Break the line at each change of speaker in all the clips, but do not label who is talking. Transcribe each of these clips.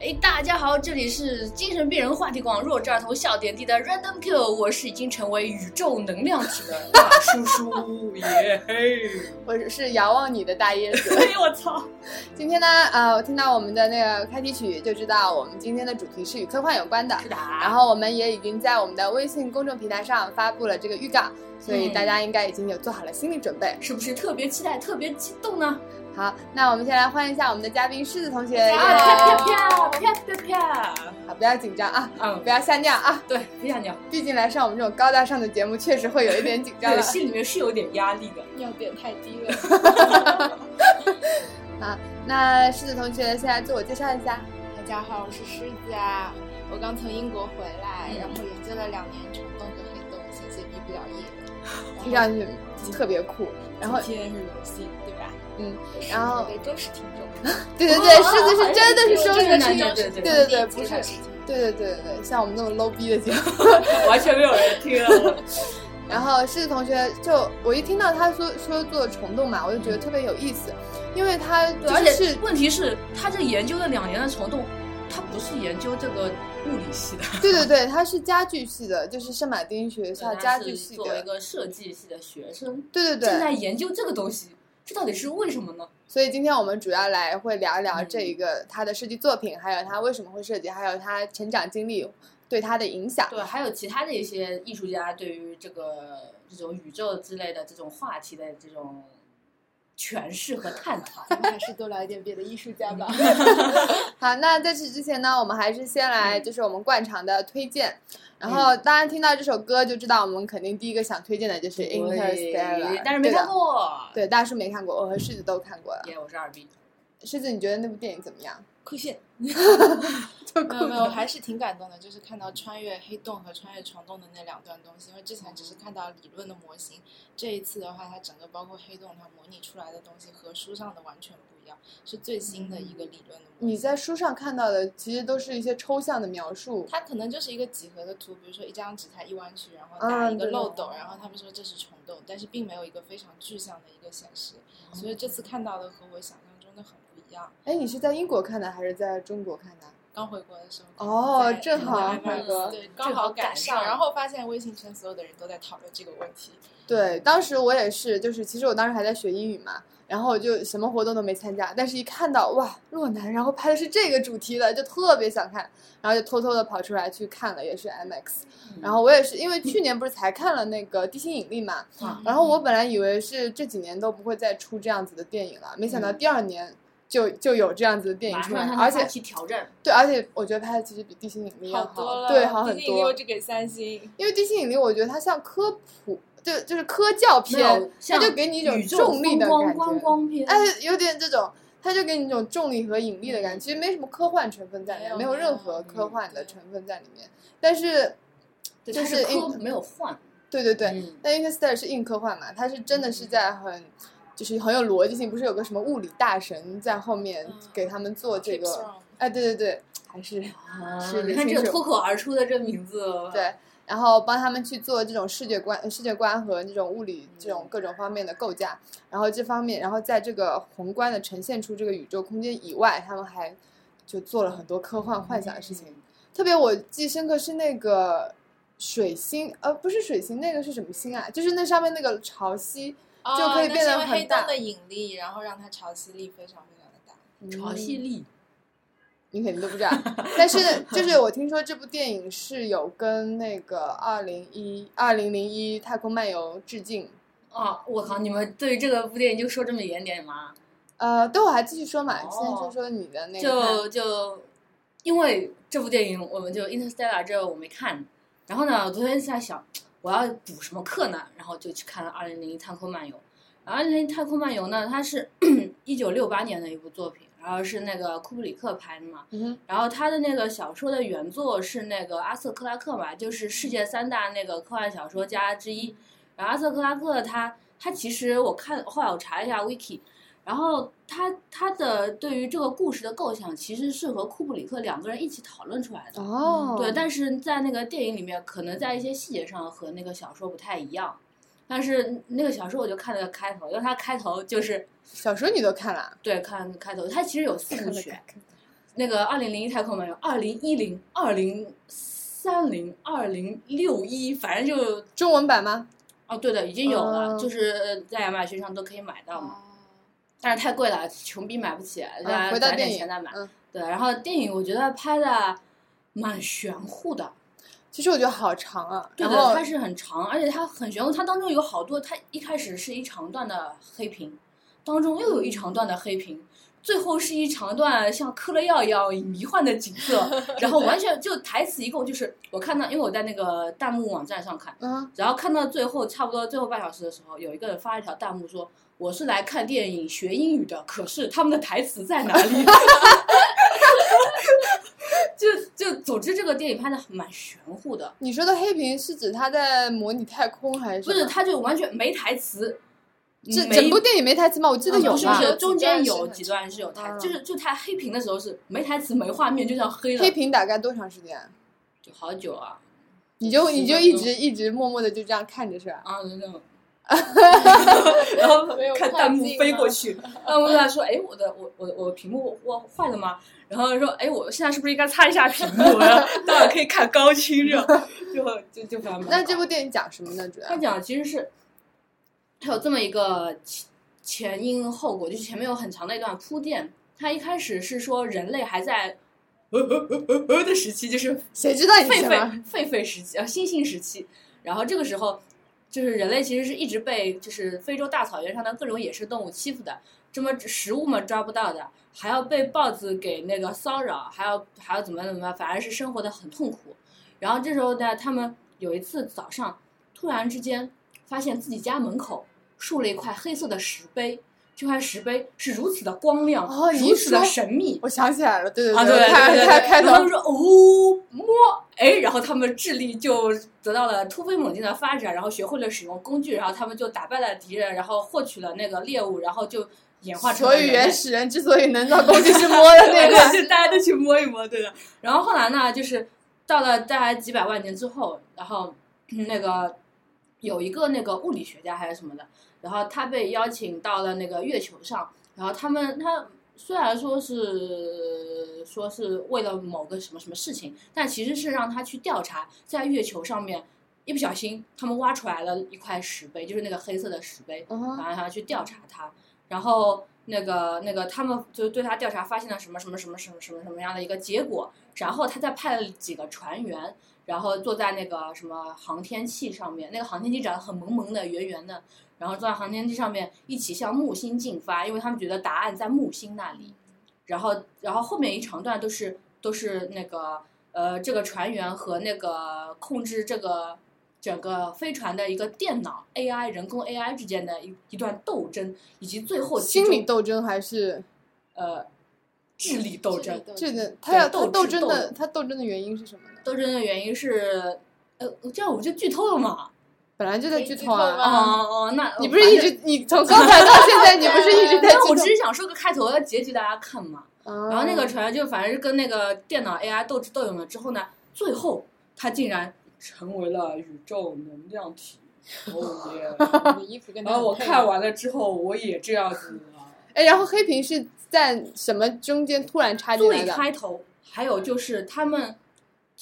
哎，大家好，这里是精神病人话题广弱智儿童笑点低的 Random Q，我是已经成为宇宙能量体的大叔叔，耶嘿！
我是遥望你的大叶 子。
哎呦我操！
今天呢，呃，我听到我们的那个开题曲就知道我们今天的主题是与科幻有关的。
是的啊
然后我们也已经在我们的微信公众平台上发布了这个预告，所以
嗯
大家应该已经有做好了心理准备。
是不是特别期待、特别激动呢？
好，那我们先来欢迎一下我们的嘉宾狮子同学。
啊
耶
啪 啪啪啪啪啪！
好，不要紧张啊，
嗯，
不要吓尿啊，
对，别想讲，
毕竟来上我们这种高大上的节目，确实会有一点紧张
对啊
了。
心里面 是有点压力的。
要点太低 了。
那狮子同学先来自我介绍一下。
大家好，我是狮子啊，我刚从英国回来，
嗯
然后研究了两年虫洞跟黑洞，谢谢毕不了业。
听上去特别酷，然后
今天是荣幸，对吧？
嗯，
然
然后
后的忠实听众，
对对对，
哦
狮子
好像
是真的
是
是收
这个
视
男
率
的
的，
对对
对 对对，不
第一
是
次开，始听
对对对对对，像我们这种 low 逼的节目。
完全没有人听了。
然后狮子同学就我一听到他说说做虫洞嘛，我就觉得特别有意思，因为他
对，
就
而且
是
问题是，他这研究了两年的虫洞，他不是研究这个物理系的，
对对对，他是家具系的，就是圣马丁学校家
他
具
是啊
系
作为一
的，
个设计系的学生，
对对
正在
对。
研究这个东西，这到底是为什么呢？
所以今天我们主要来会聊一聊
嗯
这一个他的设计作品，还有他为什么会设计，还有他成长经历对他的影响。
对，还有其他的一些艺术家对于这个这种宇宙之类的这种话题的这种诠释和探 讨。
咱们还是多聊一点别的艺术家吧。
好，那在此之前呢，我们还是先来就是我们惯常的推荐。然后大家听到这首歌就知道，我们肯定第一个想推荐的就是《Interstellar》，
但是没
对的
看。过。
对，大叔没看过，我和狮子都看过了。
耶，我是二逼。
狮子，你觉得那部电影怎么样？
酷炫，
就
没有没有，我还是挺感动的，就是看到穿越黑洞和穿越虫洞的那两段东西，因为之前只是看到理论的模型，这一次的话，它整个包括黑洞它模拟出来的东西和书上的完全不一样，是最新的一个理论的模型。
嗯你在书上看到的其实都是一些抽象的描述，
它可能就是一个几何的图，比如说一张纸它一弯曲，然后
嗯
打一个
对
漏斗，然后他们说这是虫洞，但是并没有一个非常具象的一个显示，
哦
所以这次看到的和我想象中的很不一样。
哎，你是在英国看的还是在中国看的？
刚回国的时候，
哦
在
正好
在
回国
对，
好
刚好赶
赶上
然后发现微信圈所有的人都在讨论这个问题，
对，当时我也是，就是其实我当时还在学英语嘛，然后我就什么活动都没参加，但是一看到哇洛南，然后拍的是这个主题的，就特别想看，然后就偷偷的跑出来去看了，也是 MX。然后我也是因为去年不是才看了那个《地心引力》嘛，
啊
然后我本来以为是这几年都不会再出这样子的电影了，没想到
嗯
第二年就就有这样子的电影
马
出
上
来，
让
而
他
且
提挑战，
对，而且我觉得拍的其实比《地心引力》要
好多了，
对，好很
毕竟
多
又。只给三星，
因为《地心引力》，我觉得它像科普，就就是科教
没有
片，它
像
就给你一种
宇宙
重力的
光
感
光
觉，
光片。
哎，有点这种，它就给你一种重力和引力的感觉，其实没什么科幻成分在里
没
面，
有
没有
没
任
有
何科
嗯
幻的
对
成分在里面，但是。
对
就
它
是
是科
一
没有换。
对对对，
嗯
但 Interstellar 是硬科幻嘛，它是真的是在很，就是很有逻辑性，不是有个什么物理大神在后面
嗯
给他们做这
Keep
个？
strong
哎，对对对，还是
啊
是
你看
清
这
楚
脱口而出的这名字，
对，然后帮他们去做这种世界观、世界观和这种物理这种
嗯
各种方面的构架，然后这方面，然后在这个宏观的呈现出这个宇宙空间以外，他们还就做了很多科幻幻想的事情。
嗯
特别我记忆深刻是那个水星，呃，不是水星，那个是什么星啊？就是那上面那个潮汐，就可以
哦那
变得
是因为
很
黑
大
洞的引力，然后让它潮汐力非常非常的大。
潮汐
嗯
力。
你肯定都不知道。但是就是我听说这部电影是有跟那个二零一二零零一《太空漫游》致敬。
啊！我靠，你们对这个部电影就说这么一点点吗？
呃，等我还继续说嘛，先
哦
说说你的那
就
个
就因为这部电影，我们就《Interstellar》这我没看，然后呢，我昨天在想我要补什么课呢，然后就去看了《二零零一太空漫游》。然后《二零零一太空漫游》呢，它是 一九六八年的一部作品，然后是那个库布里克拍的嘛。
看，嗯哼，
然后他的那个小说的原作是那个阿瑟·克拉克嘛，就是世界三大那个科幻小说家之一。然后阿瑟·克拉克他他其实我看后来我查了一下 wiki，然后他他的对于这个故事的构想其实是和库布里克两个人一起讨论出来的。
哦，
对，但是在那个电影里面，可能在一些细节上和那个小说不太一样。但是那个小说我就看了个开头，因为它开头就是
小说你都看了，
对看开头，它其实有四部曲，那个二零零一太空漫游，二零一零、二零三零、二零六一，反正就
中文版吗？
哦，对的，已经有了，
嗯
就是在亚马逊上都可以买到
哦
嘛。但是太贵了，穷逼买不起，大
哦啊，
家
回到
攒
电
点
影
钱再买。。
嗯，
对，然后电影我觉得拍的蛮玄乎的，
其实我觉得好长啊。
对
然后
的，它是很长，而且它很玄乎。它当中有好多，它一开始是一长段的黑屏，当中又有
嗯
一长段的黑屏，最后是一长段像嗑了药一样迷幻的景 色，然后完全就台词一共就是我看到，因为我在那个弹幕网站上看，
嗯，
然后看到最后差不多最后半小时的时候，有一个人发了一条弹幕说：“我是来看电影学英语的，可是他们的台词在哪里？” 就就总之，这个电影拍的蛮玄乎的，
你说的黑屏是指他在模拟太空还是什
不
么？
是，他就完全没台词，
这
没
整部电影没台词吗？我记得
嗯
有
不是
吧
不是，
几
中间
段是
有
很
几段是有台
嗯
词，就是就他黑屏的时候是没台词、没画面，就像黑了，
黑屏大概多长时间？
就好久啊
你就
十
你
分
就一
钟
直一直默默的就这样看着是吧？
啊，就那 种。然后
没有
看
快
弹幕
进
飞
吗
过去，弹幕在说：“哎，我的我我我屏幕我坏了吗？”然后说：“哎，我现在是不是应该擦一下屏幕？ 然后待会儿可以看高清这样。就”就就反正
那这部电影讲什么呢？主要
他讲的其实是它有这么一个前前因后果，就是前面有很长的一段铺垫。它一开始是说人类还在 呃的时期，就是
谁知道你
狒
什么？
狒狒狒时期，呃，猩猩时期，然后这个时候，就是人类其实是一直被就是非洲大草原上的各种野生动物欺负的，这么食物嘛抓不到的，还要被豹子给那个骚扰，还要还要怎么怎么，反而是生活的很痛苦。然后这时候呢，他们有一次早上突然之间发现自己家门口竖了一块黑色的石碑，这块石碑是如此的光亮，
哦你一
如此的
说
神秘，
我想起来了，对对
啊，对
对，
对
看
对
看
对
开
然后
头
就说哦摸，哎，然后他们智力就得到了突飞猛进的发展，然后学会了使用工具，然后他们就打败了敌人，然后获取了那个猎物，然后就演化成
所
了
以
人
原
类
始人之所以能造工具是摸的那
对
个，
对，就 大家都去摸一摸，对的。然后后来呢，就是到了大概几百万年之后，然后 嗯那个有一个那个物理学家还是什么的，然后他被邀请到了那个月球上，然后他们他虽然说是说是为了某个什么什么事情，但其实是让他去调查在月球上面。一不小心，他们挖出来了一块石碑，就是那个黑色的石碑。
嗯
然后他去调查他，然后那个那个他们就对他调查发现了什么什么什么什么什么什么样的一个结果，然后他再派了几个船员，然后坐在那个什么航天器上面，那个航天器长得很萌萌的、圆圆的，然后坐在航天器上面一起向木星进发，因为他们觉得答案在木星那里。然后，然后后面一长段都是都是那个呃，这个船员和那个控制这个整个飞船的一个电脑 AI 人工 AI 之间的一一段斗争，以及最后其
心理
中
斗争还是
呃智力斗
智力
争。
斗
这
争
个他要
斗
他斗
智
争
斗
的
勇
他斗争的原因是什么呢？
斗争的原因是呃，这样我就剧透了嘛？
本来就在
可以
剧
剧
透
透
哦
吗
啊，
哦，那
你不是一
反
直你 从刚才到现在你不是一直在
正我
剧
只是想说个开头，结局大家看嘛。
透？
然后那个
啊
船就反正是跟那个电脑 AI 斗智斗勇了之后呢，最后他竟然成为了宇宙能量体。 哦耶！
你衣服跟他
然后哦我
很配
看完了之后，我也这样子了。
哎，然后黑屏是在什么中间突然插进来
最
的？
开头还有就是他们，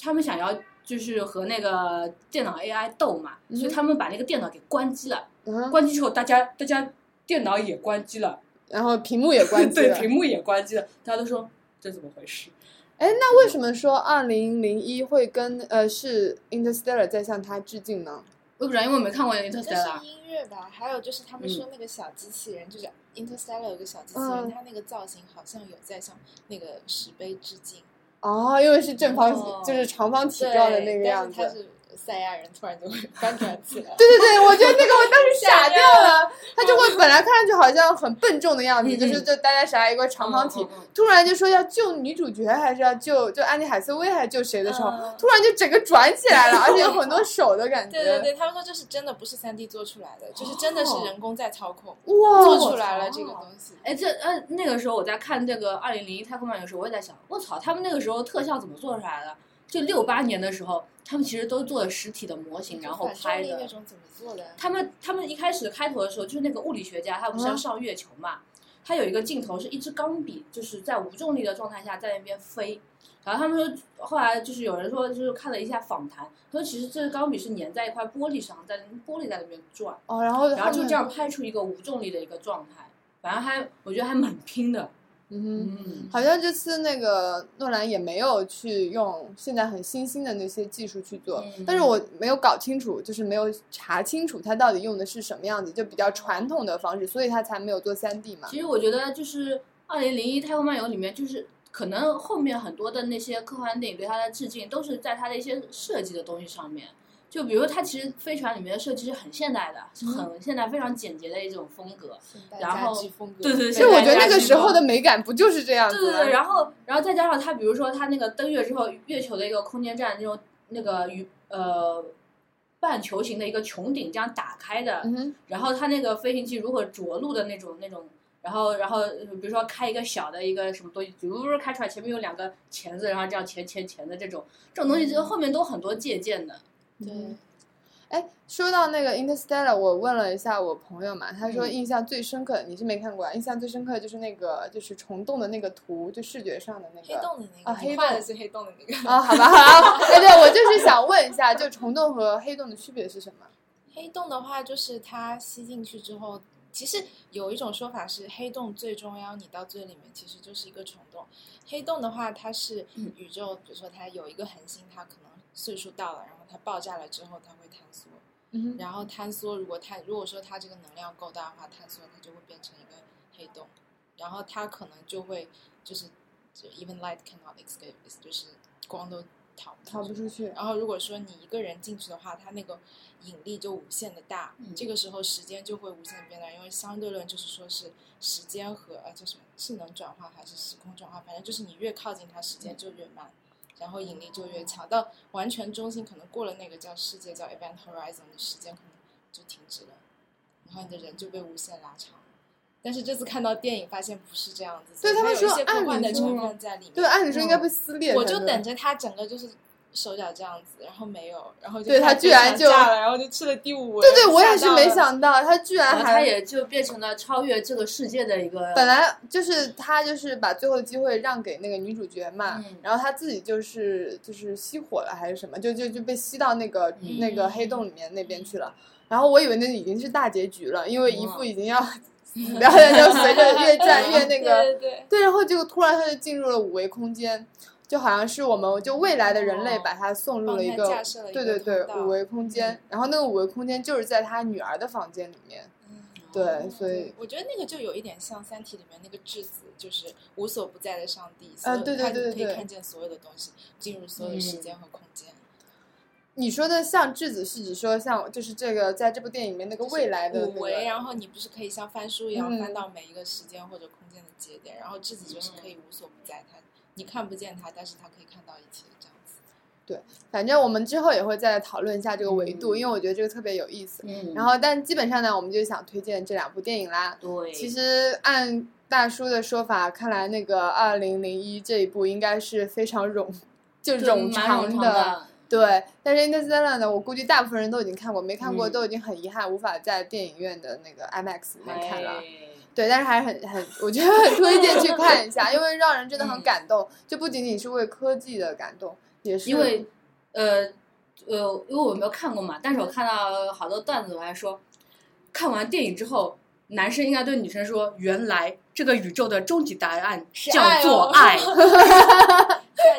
他们想要就是和那个电脑 AI 斗嘛，
嗯
所以他们把那个电脑给关机了。
嗯，
关机之后，大家大家电脑也关机了，
然后屏幕也关机
对，
了。
屏幕也关机了，大家都说这怎么回事？
哎，那为什么说二零零一会跟呃是 Interstellar 在向他致敬呢？
我也不知道，因为我没看过《
那
Interstellar
是》。音乐吧，还有就是他们说那个小机器人，就是 Interstellar 有个小机器
嗯
人，它那个造型好像有在向那个石碑致敬，
哦，因为是正方、
哦
就是长方体
对，
状的那个
但
样
是
子
他。是赛亚人，突然就会翻转起来。
对对对，我觉得那个我当时傻掉了，他就会本来看上去好像很笨重的样子，
嗯嗯
就是就呆呆傻傻一个长方体，
嗯嗯嗯
突然就说要救女主角，还是要救就安妮海瑟薇，还是救谁的时候，
嗯
突然就整个转起 来了，而且有很多手的感 觉。
对对对，哦他们说这是真的，不是三 D 做出来的，就是真的是人工在操控、
哇，
做出来了这个东西。
哎，这呃，那个时候我在看这个《二零零一太空漫游》的时候，我也在想，我操，他们那个时候特效怎么做出来的？就六八年的时候，他们其实都做了实体的模型，然后
反重
拍
力那
的。
种怎么做的？
他们他们一开始开头的时候，就是那个物理学家，他不是要
嗯
上月球嘛？它有一个镜头是一支钢笔，就是在无重力的状态下在那边飞。然后他们说，后来就是有人说，就是看了一下访谈，他说其实这个钢笔是粘在一块玻璃上，在玻璃在那边转，
哦，然后
然后就
面
这，样拍出一个无重力的一个状态。反正还我觉得还蛮拼的，
嗯哼。
嗯，
好像这次那个诺兰也没有去用现在很新兴的那些技术去做，
嗯
但是我没有搞清楚，就是没有查清楚它到底用的是什么样子，就比较传统的方式，所以它才没有做三 D 嘛。
其实我觉得就是二零零一《太空漫游》里面，就是可能后面很多的那些科幻电影对它的致敬，都是在它的一些设计的东西上面。就比如它其实飞船里面的设计是很现代的，是
嗯
很现代、非常简洁的一种风格。
大
然
家
后
具风格，
对对
其
对
实我觉得
大
那
家
个
去
时候
做
的美感不就是这样子
对
吗？
对对，然后然后再加上它，比如说它那个登月之后，月球的一个空间站那种那个鱼呃半球形的一个穹顶这样打开的，
嗯哼，
然后它那个飞行器如何着陆的那种那种，然后然后呃比如说开一个小的一个什么东西，嘟开出来，前面有两个钳子，然后这样钳钳钳的这种，这种东西
嗯
就后面都很多借鉴的。
对，
哎，说到那个《Interstellar》，我问了一下我朋友嘛，他说
嗯
印象最深刻，你是没看过，啊，印象最深刻就是那个就是虫洞的那个图，就视觉上的那
黑
个。
洞的那个，
啊黑
你画的
洞
哦是黑洞的那个，
啊、好吧，好吧，哎，对，我就是想问一下，就虫洞和黑洞的区别是什么？
黑洞的话，就是它吸进去之后，其实有一种说法是黑洞最终要你到最里面，其实就是一个虫洞。黑洞的话，它是
嗯
宇宙，比如说它有一个恒星，它可能岁数到了，然后它爆炸了之后，它会坍缩。
嗯哼，
然后坍缩，如果它如果说它这个能量够大的话，坍缩它就会变成一个黑洞，然后它可能就会就是就 even light cannot escape，就是光都逃不
逃不出去。
然后如果说你一个人进去的话，它那个引力就无限的大，
嗯
这个时候时间就会无限的变大，因为相对论就是说是时间和呃叫什么是能转化还是时空转化，反正就是你越靠近它，时间就越慢。然后引力就越强，到完全中心可能过了那个叫世界叫 event horizon 的时间，可能就停止了，然后你的人就被无限拉长了。但是这次看到电影发现不是这样子，所
对
以
他们
它有一
说
些
按
科幻
理
的
说
成分在里面。
对，按理说应该
嗯
被撕裂才
我
对。
就等着他整个就是手脚这样子，然后没有，然后就
对他
看
居然
机场
就
炸了，然后就去了第五
对
对
对，我也是 没，想到，他居
然
然
后它
还
也就变成了超越这个世界的一个，
本来就是他就是把最后的机会让给那个女主角嘛，
嗯
然后他自己就是就是熄火了还是什么，就就就被吸到那个、
嗯
那个黑洞里面那边去了。然后我以为那已经是大结局了，因为姨父已经要死掉了，就随着越 战越那个。
对对
对，然后结果突然他就进入了五维空间，就好像是我们就未来的人类
哦
把他送入
帮
了一
他
个，
架设了一
对对
个
对
通道嗯
五维空间，然后那个五维空间就是在他女儿的房间里面，
嗯哦
对，所以
我觉得那个就有一点像《三体》里面那个质子，就是无所不在的上帝，所
啊
以
对对
他
对对
可以
对嗯
看见所有的东西，进入所有的时间和空间。
你说的像质子是指说像就是这个在这部电影里面那个未来的那
五维，
啊
个，
然后你不是可以像翻书一样
嗯
翻到每一个时间或者空间的节点，然后质子就是可以无所不在，它你看不见它，但是它可以看到一切这样子。
反正我们之后也会再来讨论一下这个维度，
嗯
因为我觉得这个特别有意思。
嗯，
然后但基本上呢，我们就想推荐这两部电影啦。
对，
其实按大叔的说法，看来那个二零零一这一部应该是非常冗，就
就
冗
蛮冗
长
长
的。对，但是《Interstellar》呢，我估计大部分人都已经看过，没看过
嗯
都已经很遗憾，无法在电影院的那个 IMAX 里面看了。
哎
对，但是还是很很，我觉得很推荐去看一下，因为让人真的很
嗯
感动，就不仅仅是为科技的感动，也是
因为呃呃，因为我没有看过嘛，但是我看到好多段子还说，看完电影之后，男生应该对女生说，原来这个宇宙的终极答案
是
叫
爱
做
哦
爱，
吓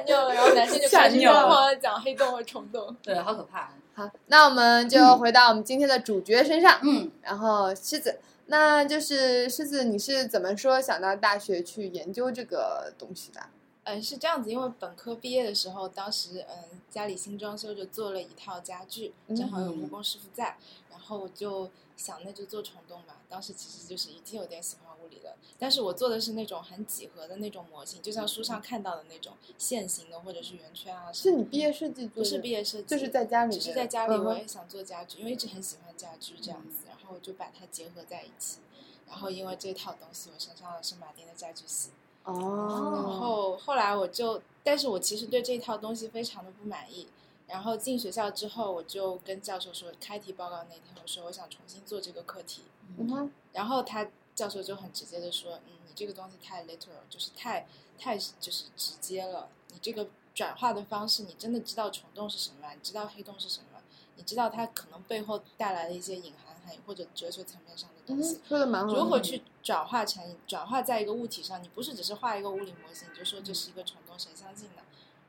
尿了，然后男生就开始
吓尿了
疯狂的讲黑洞和虫洞。
对，好可怕，
好。那我们就回到我们今天的主角身上，
嗯，
然后狮子，那就是狮子，你是怎么说想到大学去研究这个东西的？
嗯，是这样子，因为本科毕业的时候，当时嗯家里新装修就做了一套家具，
嗯
正好有木工师傅在，然后我就想那就做虫洞吧。当时其实就是已经有点喜欢物理了，但是我做的是那种很几何的那种模型，就像书上看到的那种线形的或者是圆圈啊什
嗯是
么的。
你毕业设计做的？
不是毕业设计，
就是在家里面，
只是在家里，我
嗯
也想做家具，因为一直很喜欢家具这样子，然后我就把它结合在一起。然后因为这套东西，我身上的圣马丁的家具系，然
哦，
后后来我就，但是我其实对这套东西非常的不满意。然后进学校之后，我就跟教授说，开题报告那天我说我想重新做这个课题，
嗯哼，
然后他教授就很直接的说，嗯，你这个东西太 literal，就是太太就是直接了，你这个转化的方式，你真的知道虫洞是什么，你知道黑洞是什么，你知道它可能背后带来的一些隐含含义或者哲学层面上的东
嗯
西，，
说的蛮好的。
如何去转化成转化在一个物体上？你不是只是画一个物理模型，你就说这是一
嗯
个虫洞，谁相信呢？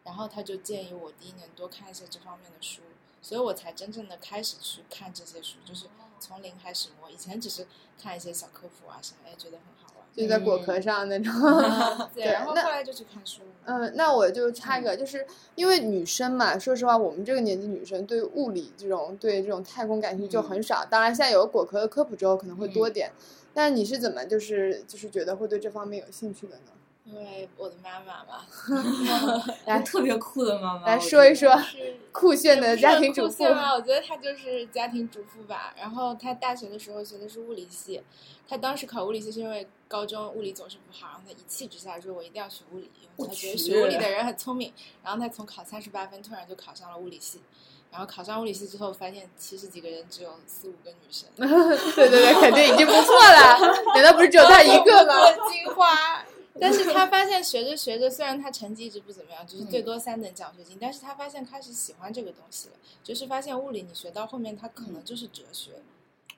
然后他就建议我第一年多看一些这方面的书，所以我才真正的开始去看这些书，
哦
就是从零开始摸。以前只是看一些小科普啊什么，哎，觉得很好玩。
就在果壳上那种。
对，
嗯对
然后后
那
来就去看书了。
嗯，那我就插一个，就是因为女生嘛，说实话，我们这个年纪女生对物理这种、对这种太空感兴趣就很少。当然，现在有了果壳的科普之后，可能会多点。那你是怎么就是就是觉得会对这方面有兴趣的呢？
因为我的妈妈嘛，
来
特别酷的妈妈，
来
我觉
说一
得
说
是
酷炫的家庭主
也不
妇
是很酷炫啊吧，我觉得她就是家庭主妇吧。然后她大学的时候学的是物理系，她当时考物理系是因为高中物理总是不好，然后她一气之下说：“我一定要学物理，因为她觉得学物理的人很聪明。”然后她从考三十八分突然就考上了物理系，然后考上物理系之后发现七十几个人只有四五个女生，
对对对，肯定已经不错了。难道不是只有她一 个吗？
过金花。但是他发现学着学着，虽然他成绩一直不怎么样，就是最多三等奖学金，但是他发现开始喜欢这个东西了，就是发现物理你学到后面，它可能就是哲学，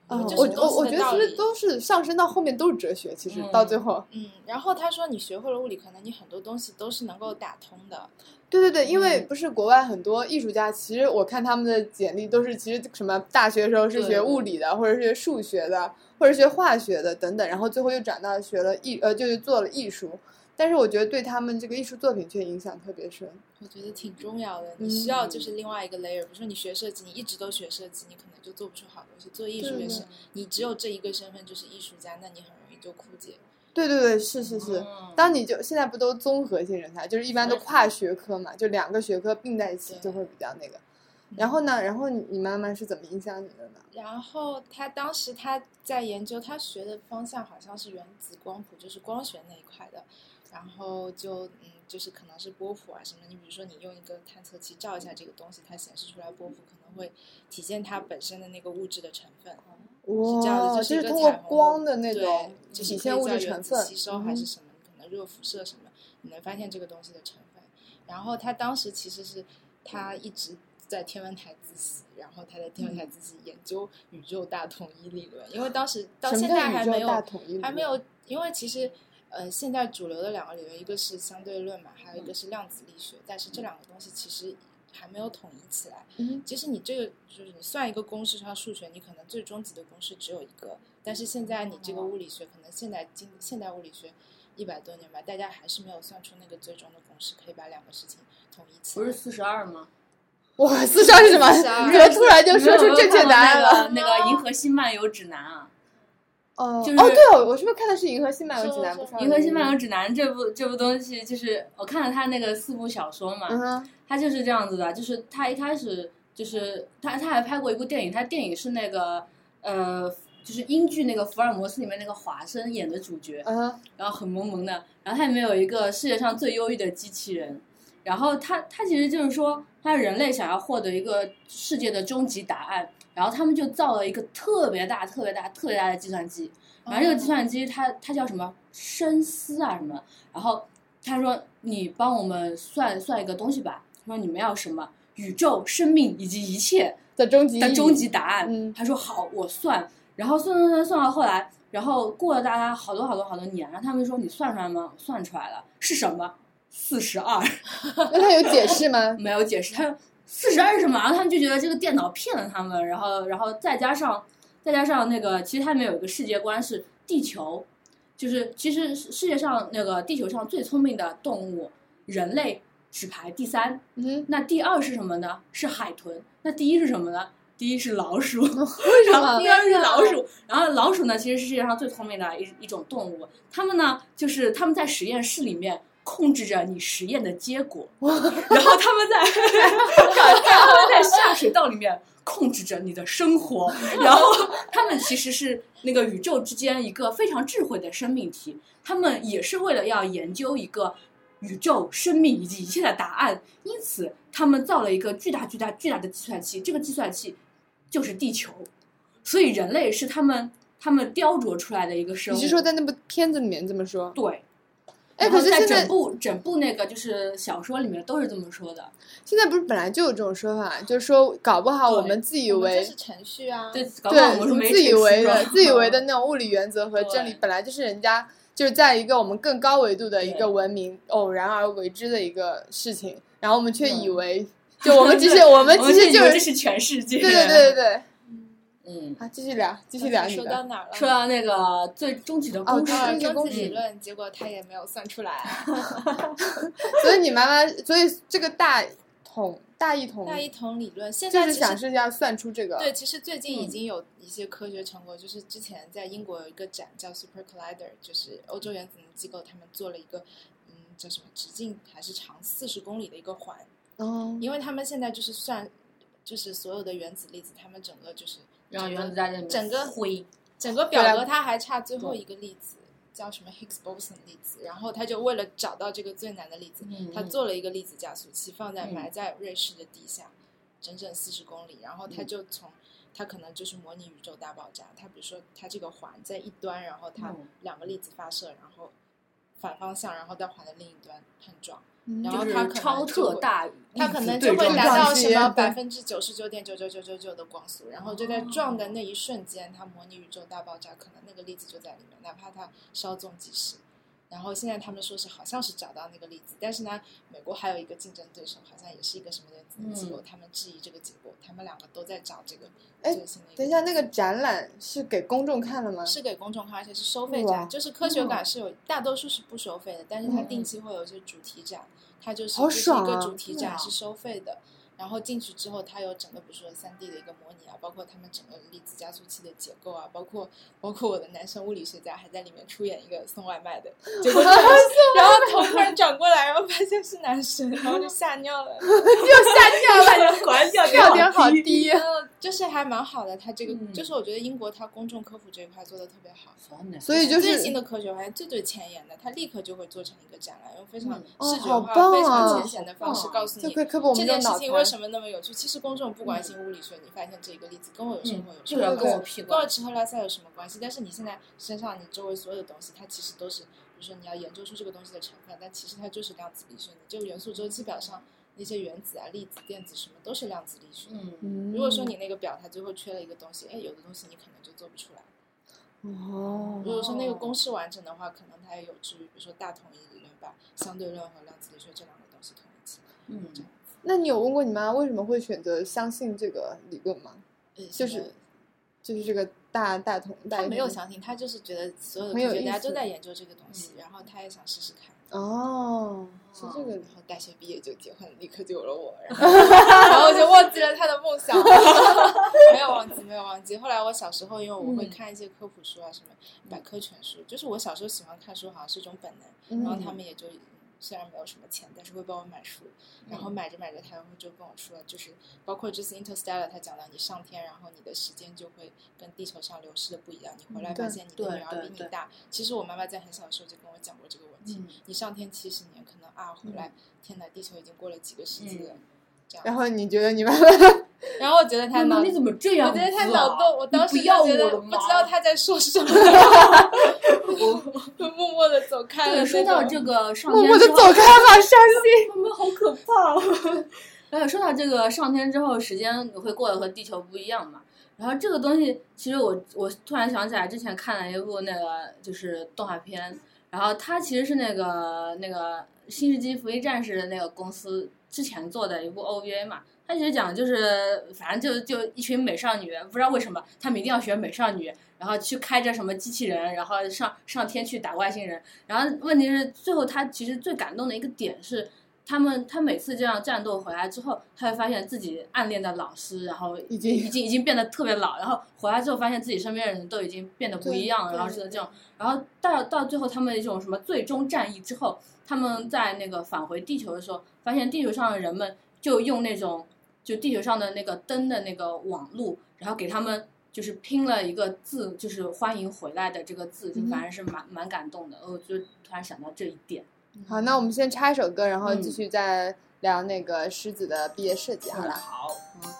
嗯
就是
我
东
我
西
我
的
觉得
道
其实
理
都是上升到后面都是哲学，其实
嗯
到最后，
嗯。然后他说你学会了物理，可能你很多东西都是能够打通的，
对对对，因为
嗯
不是国外很多艺术家，其实我看他们的简历都是，其实什么大学时候是
对
学物理的，或者是学数学的，或者学化学的等等，然后最后又转到学了艺，呃，就是做了艺术。但是我觉得对他们这个艺术作品却影响特别深。
我觉得挺重要的。
嗯
你需要就是另外一个 layer，比如说你学设计，你一直都学设计，你可能就做不出好东西。做艺术
对
也
的
是，你只有这一个身份就是艺术家，那你很容易就枯竭。
对对对，是是是。
嗯
当你就现在不都综合性人才，就是一般都跨学科嘛，就两个学科并在一起
对嗯
就会比较那个。然后呢，然后你你妈妈是怎么影响你的呢？
然后他当时他在研究，他学的方向好像是原子光谱，就是光学那一块的。然后就嗯，就是可能是波谱啊什么。你比如说，你用一个探测器照一下这个东西，它显示出来波谱可能会体现它本身的那个物质的成分。是这样的，
哇，
是
哦就
一
是
个
通过
彩虹
光的那
对
种
就是
体现物
可以叫
质成
原子
分，嗯
吸收还是什么，可能热辐射什么，你能发现这个东西的成分。然后他当时其实是他一直在天文台自习，然后他在天文
嗯
台自习研究宇宙大统一理论，因为当时到
什
现
么叫
在
宇
还
宙
没有
大统一理
还没
论
有，因为其实。呃，现在主流的两个理论，一个是相对论嘛，还有一
嗯
个是量子力学，但是这两个东西其实还没有统一起来。
嗯
其实你这个就是你算一个公式上数学，你可能最终极的公式只有一个，但是现在你这个物理学，可能现代今现代物理学一百多年吧，大家还是没有算出那个最终的公式，可以把两个事情统一起
不
来。
是四十二吗？
哇，四十二是什么？
42
怎么突然就说出正确答案了？
了。那个《银河系漫游指南》啊，
哦
就是
哦，对哦，我是不是看的是《银河系漫游指南》？
是
不是
是
《
《银河系漫游指南》这部这部东西，就是我看了他那个四部小说嘛，
嗯哼，
他就是这样子的，就是他一开始就是他他还拍过一部电影，他电影是那个呃，就是英剧那个福尔摩斯里面那个华生演的主角，
嗯哼，
然后很萌萌的，然后他里面有一个世界上最忧郁的机器人，然后他他其实就是说，他人类想要获得一个世界的终极答案，然后他们就造了一个特别大、特别大、特别大的计算机，然后这个计算机它它叫什么深思啊什么的，然后他说你帮我们算算一个东西吧，他说你们要什么宇宙、生命以及一切，
的终极
的
意义
终极答案。
嗯
他说好，我算，然后算算算算到后来，然后过了大家好多好多好多年，然后他们说你算出来吗？我算出来了，是什么？四十二，
那他有解释吗？
没有解释。他说四十二是什么？然后他们就觉得这个电脑骗了他们，然后然后再加上再加上那个，其实他们有一个世界观是地球，就是其实世界上那个地球上最聪明的动物，人类只排第三。
嗯哼，
那第二是什么呢？是海豚。那第一是什么呢？第一是老鼠，
为什
然后
么？
第二是老鼠，然后老鼠呢，其实是世界上最聪明的一一种动物。它们呢，就是它们在实验室里面控制着你实验的结果，然后它 们在它们在下水道里面控制着你的生活，然后它们其实是那个宇宙之间一个非常智慧的生命体，它们也是为了要研究一个。宇宙、生命以及一切的答案，因此他们造了一个巨大、巨大、巨大的计算器。这个计算器就是地球，所以人类是他们他们雕琢出来的一个生物。
你是说在那部片子里面这么说？
对，
哎，
然后
可是
在
现
整
在
部整部那个就是小说里面都是这么说的，
现在不是本来就有这种说法，就是说搞不好我
对
们自以
我们
为
这是程序啊，
对，搞不好
对，
我们是没
自以
成熟
为
的
的自以 为的那种物理原则和真理，
对
本来就是人家就是在一个我们更高维度的一
对
个文明偶然而为之的一个事情，然后我们却以
嗯
为，就我们其实我们
我
其
们就
实
以
就
为这
是
是全世界。
对对对对对，
嗯，
嗯，
好，继续聊，继续
刚
聊
才
你
说
的
到哪儿了？
说到那个最终极的
哦
公式，
终
啊
极
中
公
子理
式
论，结果他也没有算出来。
所以你妈妈，所以这个大统大一统
大一统理论现
嗯就
在
是
其
想
实
是要算出这个
对，其实最近已
嗯
经有一些科学成果，就是之前在英国有一个展叫 Super Collider，就是欧洲原子能机构他们做了一个嗯叫什么直径还是长四十公里的一个环，
嗯，
因为他们现在就是算就是所有的原子粒子，他们整个就是
让
整
原
个
子弹在里面
整个
灰，
整个
对啊
表格它还差最后一个粒子，叫什么 Higgs boson 粒子。然后他就为了找到这个最难的粒子，
嗯
他
嗯
做了一个粒子加速器，放在
嗯
埋在瑞士的地下，整整四十公里。然后
嗯
他就从他可能就是模拟宇宙大爆炸。他比如说他这个环在一端，然后它
嗯
两个粒子发射，然后反方向，然后到环的另一端碰撞，
嗯
然
就
后
是
它可能
超
就
特
会
大粒子对撞机，
它可能就会
撞
达到
击
什么
对
百分之九十九点九九九九九的光速，然后就在撞的那一瞬间，它模拟宇宙大爆炸，可能那个粒子就在里面，哪怕它稍纵即逝。然后现在他们说是好像是找到那个粒子，但是呢，美国还有一个竞争对手，好像也是一个什么原子能机构，他们质疑这个结果，他们两个都在找这个
哎
最新的。
等一下，那个展览是给公众看了吗？
是给公众看，而且是收费
哇嗯
展，就是科学馆是有大多数是不收费的，但是它定期会有一些主题展，它就是
好
就是一
爽
个
啊
主题
对啊
展是收费的。然后进去之后，它有整个比如说三 D 的一个模拟啊，包括他们整个粒子加速器的结构啊，包括包括我的男生物理学家还在里面出演一个送外卖的，结果然
啊
后头突然转过来，然后发现是男生，然后就 吓尿了。
掉了，果 然掉
跳点好低，
呃，就是还蛮好的，它这个、
嗯
就是我觉得英国它公众科普这一块做的特别好。
所以就
最
是
新的科学发现，最最前沿的，它立刻就会做成一个展览，用非常
嗯
哦
视觉
好
化、
棒
非常
啊
浅显的方式
哇
告诉
这
你
可以刻薄我们
这
这
件
种
事
脑
情为
残。
什么那么有趣。其实公众不关心物理学，你发现这一个例子跟我有
嗯
生活有
这
什么
个跟我
关系？
屁股
跟我吃喝拉撒有什么关系？但是你现在身上你周围所有的东西，它其实都是，比如说你要研究出这个东西的成分，但其实它就是量子力学。你这个元素周期表上那些原子啊、粒子、电子什么都是量子力学。
嗯，
嗯
如果说你那个表它最后缺了一个东西，哎，有的东西你可能就做不出来。
哦
如果说那个
哦
公式完整的话，可能它也有助于，比如说大统一理论把相对论和量子力学这两个东西统一起来。
嗯
这样
那你有问过你妈为什么会选择相信这个理论吗？
呃，
就是就是这个大大同大
他没有
同
相信，他就是觉得所有的
很有
科学
意
家
思
都在研究这个东西
嗯，
然后他也想试试看。
哦，是这个理
然后大学毕业就结婚，立刻就有了我，然 后然后就忘记了他的梦想， 没有忘记，没有忘记。后来我小时候，因为我会
嗯
看一些科普书啊，什么百科全书，就是我小时候喜欢看书，好像是一种本能。
嗯
然后他们也就虽然没有什么钱，但是会帮我买书，然
嗯
后买着买着，他们就跟我说，就是包括这次《Interstellar》，他讲到你上天，然后你的时间就会跟地球上流逝的不一样，你回来
嗯对
发现你的
对
女儿
对
比你
对
大。其实我妈妈在很小的时候就跟我讲过这个问题，
嗯
你上天七十年，可能啊回来，天哪，地球已经过了几个世纪了，
嗯
这样。
然后你觉得你妈妈
然后我觉得他
妈妈
脑
你怎么这样
我
子
觉
啊？
得他脑洞，我当时
你
就
不要我
觉
了
得
吗
不知道他在 说什么，我就默默的走开了。
对，说到
这
这
种，
个上
默
天
默的
之
走
后，
开吧，伤心。
妈妈好可怕、哦。 然后说到这个上天之后，时间会过得和地球不一样嘛。然后这个东西，其实我我突然想起来，之前看了一部那个就是动画片，然后它其实是那个那个《新世纪福音战士》的那个公司之前做的一部 OVA 嘛。它其实讲的就是，反正就就一群美少女，不知道为什么他们一定要学美少女，然后去开着什么机器人，然后上上天去打外星人。然后问题是，最后他其实最感动的一个点是，他们他每次这样战斗回来之后，他会发现自己暗恋的老师，然后
已经
已经已经变得特别老，然后回来之后发现自己身边的人都已经变得不一样了，
对
然后是这种，然后到到最后他们一种什么最终战役之后，他们在那个返回地球的时候，发现地球上的人们就用那种就地球上的那个灯的那个网路，然后给他们就是拼了一个字，就是欢迎回来的这个字，就
嗯哼
反正是蛮蛮感动的，哦我就突然想到这一点。
好，
嗯
那我们先插一首歌，然后
嗯
继续再聊那个狮子的毕业设计好
嗯
了。
好，
Thank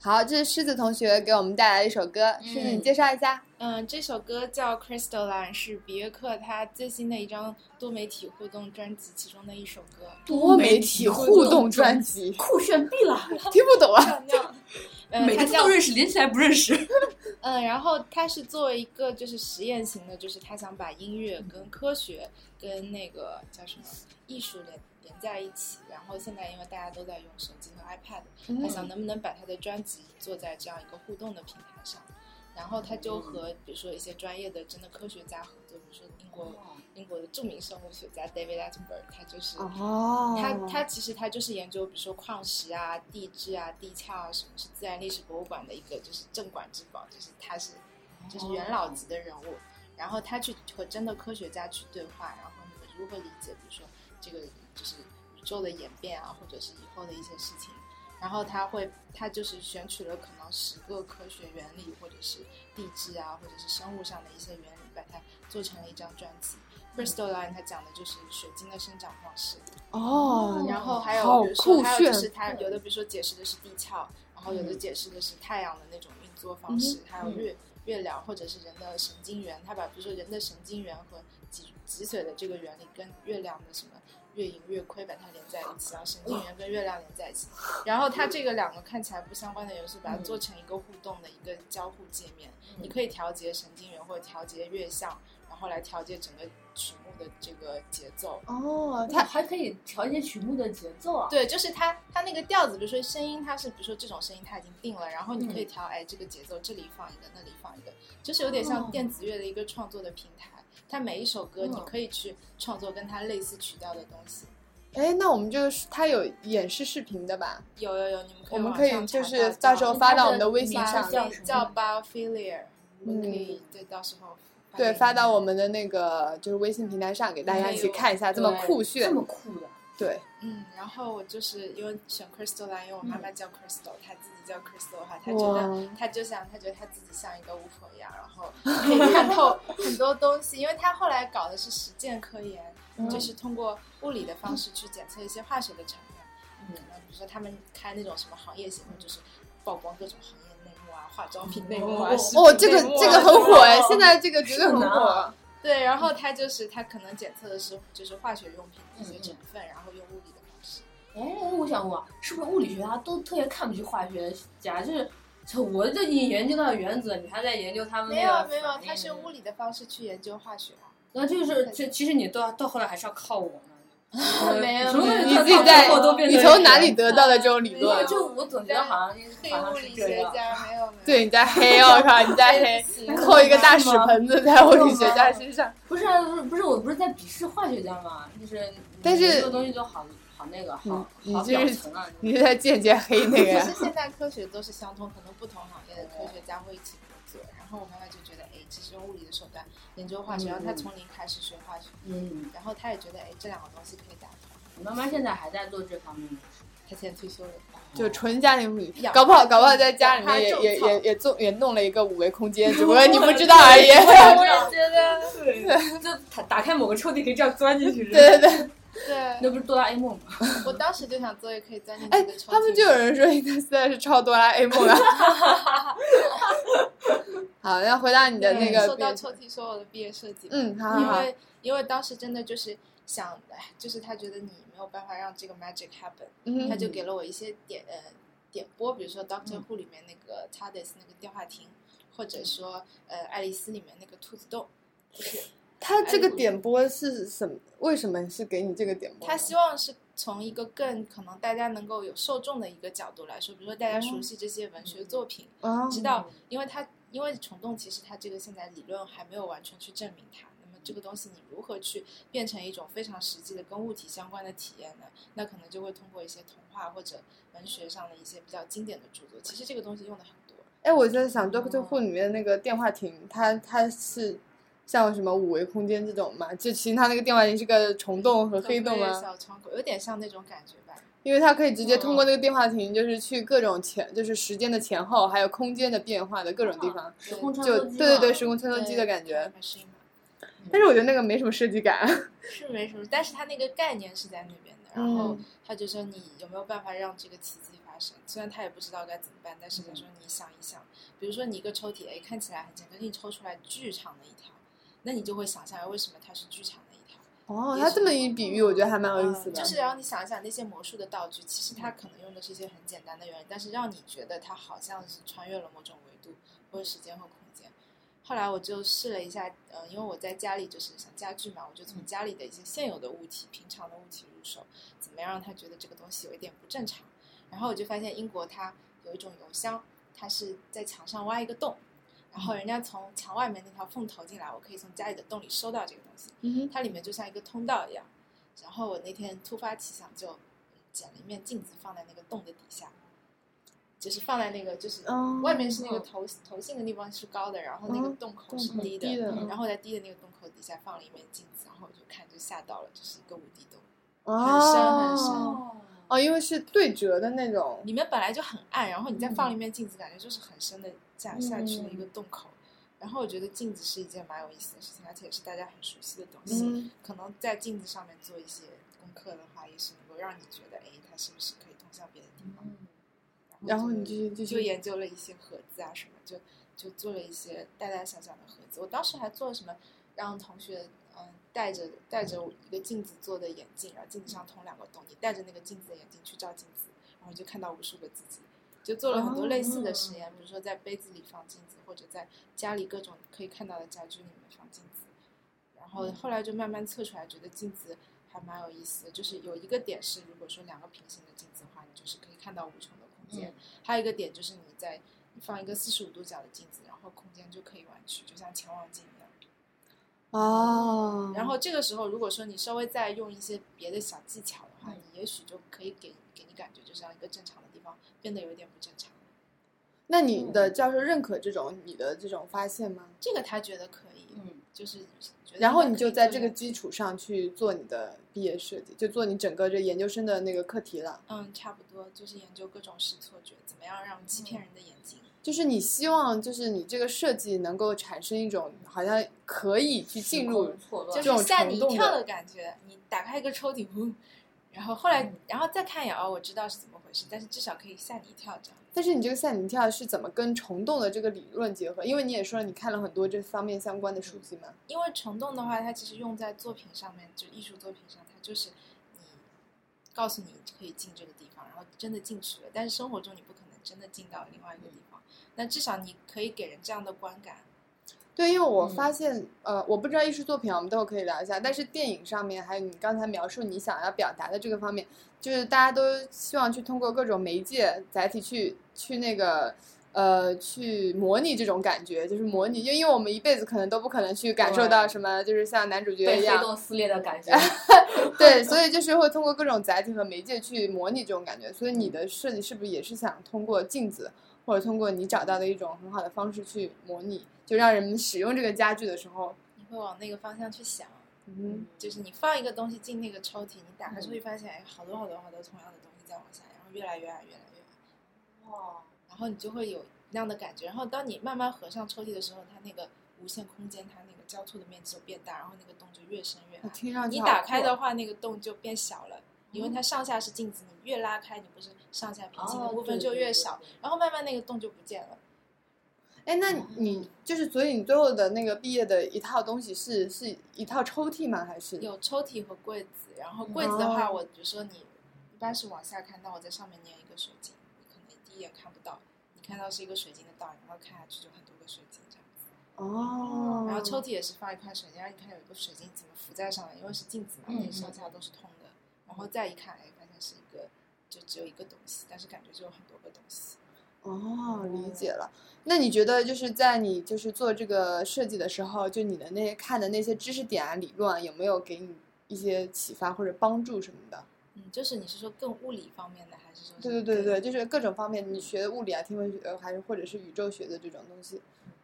好，这是狮子同学给我们带来的一首歌，狮子你
嗯
介绍一下。
嗯，这首歌叫《Crystalline》，是比约克他最新的一张多媒体互动专辑其中的一首 歌。
多媒体互动专
专
辑，
辑，
酷炫毙了，
听不 懂啊。
漂亮，嗯，
每
它
个字
叫
都认识，连起来不认识。
嗯，然后他是作为一个就是实验型的，就是他想把音乐跟科学跟那个叫什么艺术连连在一起。然后现在因为大家都在用手机和 iPad，他想
嗯
能不能把他的专辑做在这样一个互动的平台上。然后他就和比如说一些专业的真的科学家合作，比如说英
哦
国英国的著名生物学家 David Attenborough，他就是
哦，
他他其实他就是研究，比如说矿石啊、地质啊、地壳啊，什么是自然历史博物馆的一个就是镇馆之宝，就是他是就是元老级的人物。然后他去和真的科学家去对话，然后你们如何理解，比如说这个就是宇宙的演变啊，或者是以后的一些事情。然后他会，他就是选取了可能十个科学原理，或者是地质啊，或者是生物上的一些原理，把它做成了一张专辑。Crystalline 它讲的就是水晶的生长方式，
哦，
然后还
好
有比如说
酷
还有就
炫
是它有的比如说解释的是地壳，然后有的解释的是太阳的那种运作
嗯
方式，还有月月亮或者是人的神经元，它把比如说人的神经元和脊脊髓的这个原理跟月亮的什么。月盈月亏把它连在一起，然后神经元跟月亮连在一起，然后它这个两个看起来不相关的元素，把它
嗯
做成一个互动的一个交互界面。你可以调节神经元或者调节月相，然后来调节整个曲目的这个节奏。
哦，
它
他
还可以调节曲目的节奏啊。
对，就是它它那个调子，比如说声音，它是比如说这种声音它已经定了，然后你可以
嗯
调，哎，这个节奏这里放一个，那里放一个，就是有点
哦
像电子乐的一个创作的平台。它每一首歌你
哦
嗯
可以去创作跟它类似曲调的东西。
哎，那我们就是他有演示视频的吧？
有有有，你们可以
我们
网
可以
上
就
查
是
到
到时候
它
发到
的
我们的微
名
信
字叫
上，
叫
什么
叫 Biophilia，我
嗯
可以对到时候发
对，
给你
发到我们的那个就是微信平台上，给大家一起看一下，这么
对
酷
这
炫，
么酷的，
对，
嗯，然后我就是因为选 Crystal 啦，因为我妈妈叫 Crystal，、她自己叫 Crystal 的话，她觉
嗯哇
得她就像她觉得她自己像一个巫婆一样，然后可以看 透很多东西。因为她后来搞的是实践科研，
嗯
就是通过物理的方式去检测一些化学的成分。嗯，可能比如说他们开那种什么行业协会，就是曝光各种行业内幕啊、化妆品内幕啊。
哦
食品
哦，这个
内幕啊
这个很火哎
哦，
现在这个绝对很
是呢
火，
对，然后她就是她可能检测的是就是化学用品的一些成分，然后用物理的方式。
哎，我想问，是不是物理学家都特别看不起化学家？就是，就我就已经研究到原子，你还在研究他们那
没有
个
没有
反，应
他是用物理的方式去研究化学啊。
那就是，其其实你到到后来还是要靠我呢。
没有
什么东
没
西
有
你
到
自己
到
在
最后都变
你
成
从哪里得到的这种理
没有
论
对，？就我总觉得好像好像是这样。
家没有没有
对，你在黑哦，是吧？你 在黑，
行
扣一个大屎盆子在物理学家身上。
不是啊不是不是，我不是在鄙视化学家吗？就是，
但是
这个东西就好好那个好
你
好
你就
表
是
层啊。
你是在间接黑那个
可
呀
是？现在科学都是相通，可能不同行业的科学家会一起合作。然后我妈妈就觉得，哎，其实用物理的手段研究化学，
嗯
然后她从零开始学化学，
嗯，
然后她也觉得，哎，这两个东西可以打通。
我妈妈现在还在做这方面的事。
她现在退休了，
就纯家庭物理，
养
搞不好搞不好在家里面也
养花
也
种草
也也做也弄了一个五维空间，只不过你不知道而已。
我
觉得，
对，就打打开某个抽屉可以这样钻进去。
对对
嗯
对，
那
对，
不是哆啦 A 梦吗？
我当时就想做也可以钻进
哎
去的，抽屉
他们就有人说应该现在是超哆啦 A 梦了。啊好，那回答你的那
对
个
收
毕业
到，抽屉说我的毕业设计，
嗯，好好
因
好，
为因为当时真的就是想，哎，就是他觉得你没有办法让这个 magic happen，、
嗯
他就给了我一些点呃点播，比如说 Doctor Who 里面那个 TARDIS 那个电话亭，或者说呃爱丽丝里面那个兔子洞，哎
他这个点播是什么？为什么是给你这个点播呢？
他希望是从一个更可能大家能够有受众的一个角度来说，比如说大家熟悉这些文学作品，
望
知道，因为它因为虫洞其实它这个现在理论还没有完全去证明它。那么这个东西你如何去变成一种非常实际的跟物体相关的体验呢？那可能就会通过一些童话或者文学上的一些比较经典的著作。其实这个东西用的很多。
哎，我在想《Doctor
哦
Who》里面的那个电话亭，它它是像什么五维空间这种嘛？就其实它那个电话亭是个虫洞和黑洞
对
吗？
小嗯窗口有点像那种感觉吧。
因为它可以直接通过那个电话亭，就是去各种前，就是时间的前后，还有空间的变化的各种
嗯
地方，
时空穿梭
就
机
对对对，
嘛
时空穿梭机的感觉。
还是一码嗯
但是我觉得那个没什么设计感。
是没什么，但是它那个概念是在那边的。然后他就说你有没有办法让这个奇迹发发生。虽然他也不知道该怎么办，但是他说你想一想，比如说你一个抽屉 A 看起来很简单，给你抽出来巨长的一条，那你就会想哎下来为什么它是巨长的一条。
哦，
也
他
许
这么一比喻，我觉得还蛮有意思
嗯
的。
就是然后你想一想那些魔术的道具，其实它可能用的是一些很简单的原理，但是让你觉得它好像是穿越了某种维度或者时间或空间。后来我就试了一下，呃，因为我在家里就是想家具嘛，我就
嗯
从家里的一些现有的物体、平常的物体入手，怎么样让他觉得这个东西有一点不正常。然后我就发现英国它有一种邮箱，它是在墙上挖一个洞，然
嗯
后人家从墙外面那条缝投进来，我可以从家里的洞里收到这个东西。
嗯哼
它里面就像一个通道一样。然后我那天突发奇想，就捡了一面镜子放在那个洞的底下，就是放在那个就是
哦
外面是那个头头信的地方是高的，然后那个
嗯
洞口
洞
是
口
低
低
的，
的嗯
然后在低的那个洞口底下放了一面镜子，然后我就看就吓到了，就是一个无底洞，
哦
很深
哦，因为是对折的那种，
里面本来就很暗，然后你再放了一面镜子，感觉就是很深的下下去的一个洞口。
嗯
然后我觉得镜子是一件蛮有意思的事情，而且也是大家很熟悉的东西。
嗯，
可能在镜子上面做一些功课的话，也许能够让你觉得，哎，它是不是可以通向别的地方？
嗯然后
就
你继续继
就
续，
研究了一些盒子啊什么，就就做了一些大大小小的盒子。我当时还做了什么，让同学嗯带着带着一个镜子做的眼镜，然后镜子上捅两个洞，你戴着那个镜子的眼镜去照镜子，然后就看到无数个自己。就做了很多类似的实验，比如说在杯子里放镜子，或者在家里各种可以看到的家具里面放镜子。然后后来就慢慢测出来，觉得镜子还蛮有意思的。就是有一个点是，如果说两个平行的镜子的话，你就是可以看到无穷的空间。还有一个点就是你在你放一个四十五度角的镜子，然后空间就可以弯曲，就像潜望镜一样。
哦，
然后这个时候，如果说你稍微再用一些别的小技巧的话，
嗯
你也许就可以给给你感觉，就是让一个正常的地方变得有一点不正常。
那你
嗯
的教授认可这种你的这种发现吗？
这个他觉得可以，
嗯，
就是觉得
然后
应该
你
可
就
以
在
做
这个基础上去做你的毕业设计，就做你整个这研究生的那个课题了。
嗯，差不多就是研究各种视错觉，怎么样让欺
嗯
骗人的眼睛。
就是你希望，就是你这个设计能够产生一种好像可以去进入
错乱，
就
这种
是吓你一
虫洞
跳
的
的感觉。你打开一个抽屉，呜，然后后来、
嗯
然后再看一眼，哦，我知道是怎么回事，但是至少可以吓你一跳这样。
但是你这个吓你一跳是怎么跟虫洞的这个理论结合？因为你也说了，你看了很多这方面相关的书籍嘛。
因为虫洞的话，它其实用在作品上面，就艺术作品上，它就是你告诉你可以进这个地方，然后真的进去了。但是生活中你不可能真的进到另外一个地方，那至少你可以给人这样的观感。
对，因为我
嗯
发现，呃，我不知道艺术作品啊，我们待会可以聊一下。但是电影上面，还有你刚才描述你想要表达的这个方面，就是大家都希望去通过各种媒介载体去去那个。呃，去模拟这种感觉，就是模拟，就因为我们一辈子可能都不可能去感受
对
到什么，就是像男主角
被
一
黑
样，
洞撕裂的 感觉。
对，所以就是会通过各种载体和媒介去模拟这种感觉。所以你的设计是不是也是想通过镜子，或者通过你找到的一种很好的方式去模拟，就让人们使用这个家具的时候，
你会往那个方向去想，
嗯
就是你放一个东西进那个抽屉，你打开抽屉发现，哎，好多好多好多同样的东西在往下，然后越来越暗，越来越暗。
哇，
然后你就会有那样的感觉。然后当你慢慢合上抽屉的时候，它那个无限空间，它那个交错的面积就变大，然后那个洞就越深越
哼，
暗。
听上去
你
好
打
酷
开
啊
的话，那个洞就变小了，因为它上下是镜子，你越拉开，你不是上下平行的
哦
部分就越少，，然后慢慢那个洞就不见了。
哎，那
嗯
你你就是所以你最后的那个毕业的一套东西是是一套抽屉吗？还是
有抽屉和柜子，然后柜子的
哦
话，我比如说你一般是往下看，那我在上面粘一个水晶，你可能第一眼看不到，你看到是一个水晶的倒影，然后看下去就很多个水晶这样子。
哦，
然后抽屉也是放一块水晶，然后你看有一个水晶怎么浮在上来，因为是镜子嘛，
嗯
那上下都是通的。然后再一看，哎，发现是一个，就只有一个东西，但是感觉就有很多个东西。
哦，
嗯
理解了。那你觉得就是在你就是做这个设计的时候，就你的那些看的那些知识点啊、理论啊，有没有给你一些启发或者帮助什么的？
嗯，就是你是说更物理方面的，还是说是
对对对对，
更，
就是各种方面，你学的物理啊、天文学，还是或者是宇宙学的这种东西。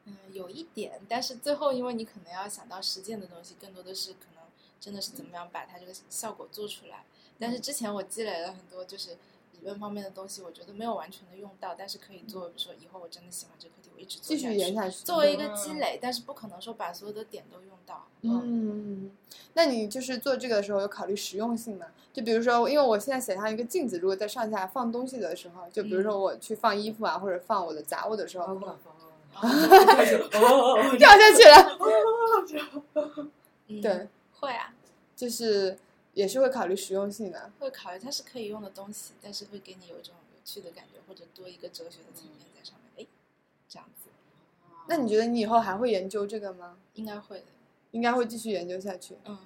嗯，有一点，但是最后因为你可能要想到实践的东西，更多的是可能真的是怎么样把它这个效果做出来。但是之前我积累了很多就是理论方面的东西，我觉得没有完全的用到，但是可以做，比如说以后我真的喜欢这个课题，我一直做
嗯继
下
续
去，
延下去。
作为一个积累，但是不可能说把所有的点都用到。
嗯，那你就是做这个的时候有考虑实用性吗？就比如说，因为我现在想象一个镜子，如果在上下放东西的时候，就比
嗯
如说我去放衣服啊，或者放我的杂物的时
哦
候，
哦
掉下去了。
嗯，
对，
会啊，
就是也是会考虑实用性的。
会考虑它是可以用的东西，但是会给你有一种有趣的感觉，或者多一个哲学的层面在上面。哎，这样子
那你觉得你以后还会研究这个吗？
应该会的。
应该会继续研究下去，
嗯，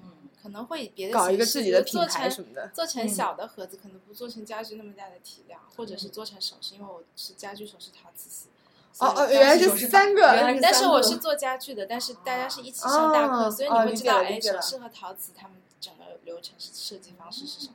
可能会以别的
搞一个
形
自
式
己的
比如
品牌
做
什
成
么的。
做成
嗯
小的盒子，可能不做成家具那么大的体量，或者
嗯
是做成首饰，因为我是家具首饰陶瓷系。
哦
所以
哦，原来
当时我
是
是
三个，
原来是
但是
三个
我是做家具的，但是大家是一起上大课，
哦
所以
哦
你会
理
知
解
道，
了
哎，
理解
首
了
饰和陶瓷他们整个流程是设计方式是
嗯
什么。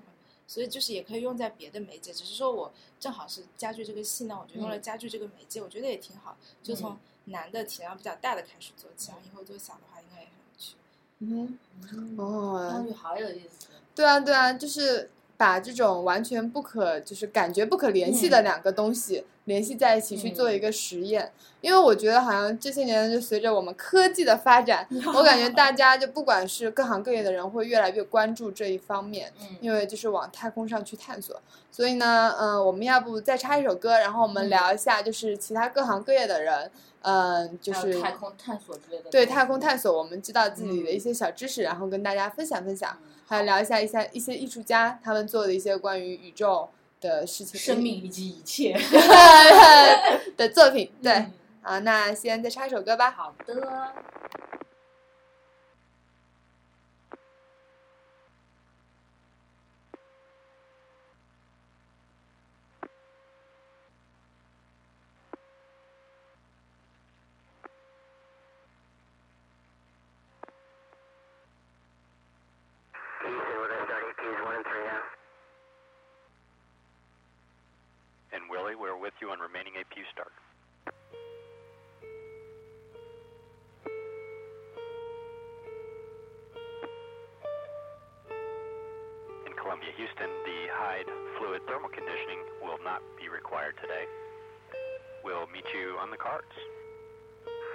所以就是也可以用在别的媒介，只是说我正好是家具这个系呢，我就用了
嗯
家具这个媒介，我觉得也挺好。就
嗯
从难的体量比较大的开始做起，然后以后做小的话应该也很有趣。
嗯哼，哦，
当女好有意思。
对啊，对啊，就是把这种完全不可，就是感觉不可联系的
嗯
两个东西联系在一起去做一个实验，因为我觉得好像这些年就随着我们科技的发展，我感觉大家就不管是各行各业的人会越来越关注这一方面，
嗯，
因为就是往太空上去探索。所以呢，嗯、我们要不再插一首歌，然后我们
嗯
聊一下就是其他各行各业的人，嗯、就
还有
是
太空呃探索嗯之类的。
对太空探索，我们知道自己的一些小知识，然后跟大家分享分享。
嗯
还有聊一下一下一些艺术家他们做的一些关于宇宙的事情、
生命以及一切。
的作品。对，
嗯，
啊，那先再插一首歌吧。
好的。
Houston, we're going to start APs 1 and 3 now.
and Willie, we're with you on remaining AP start. In Columbia, Houston, the Hyde fluid thermal conditioning will not be required today. We'll meet you on the cards.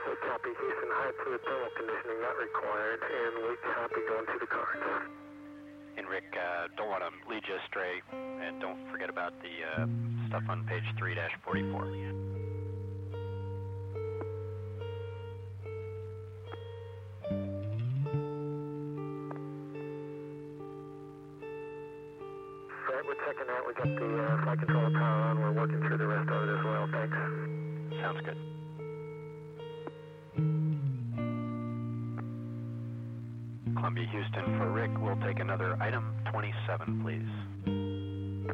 Wake copy, Houston High Fluid Thermal Conditioning not required, and wake copy going to the cards.
And Rick, uh, don't want to lead you astray, and don't forget about the uh, stuff on page 3 44.
Right, we're checking out. We got the uh, flight controller power on. We're working through the rest of it as well. Thanks.
Sounds good. Columbia Houston for Rick. We'll take another item 27, please.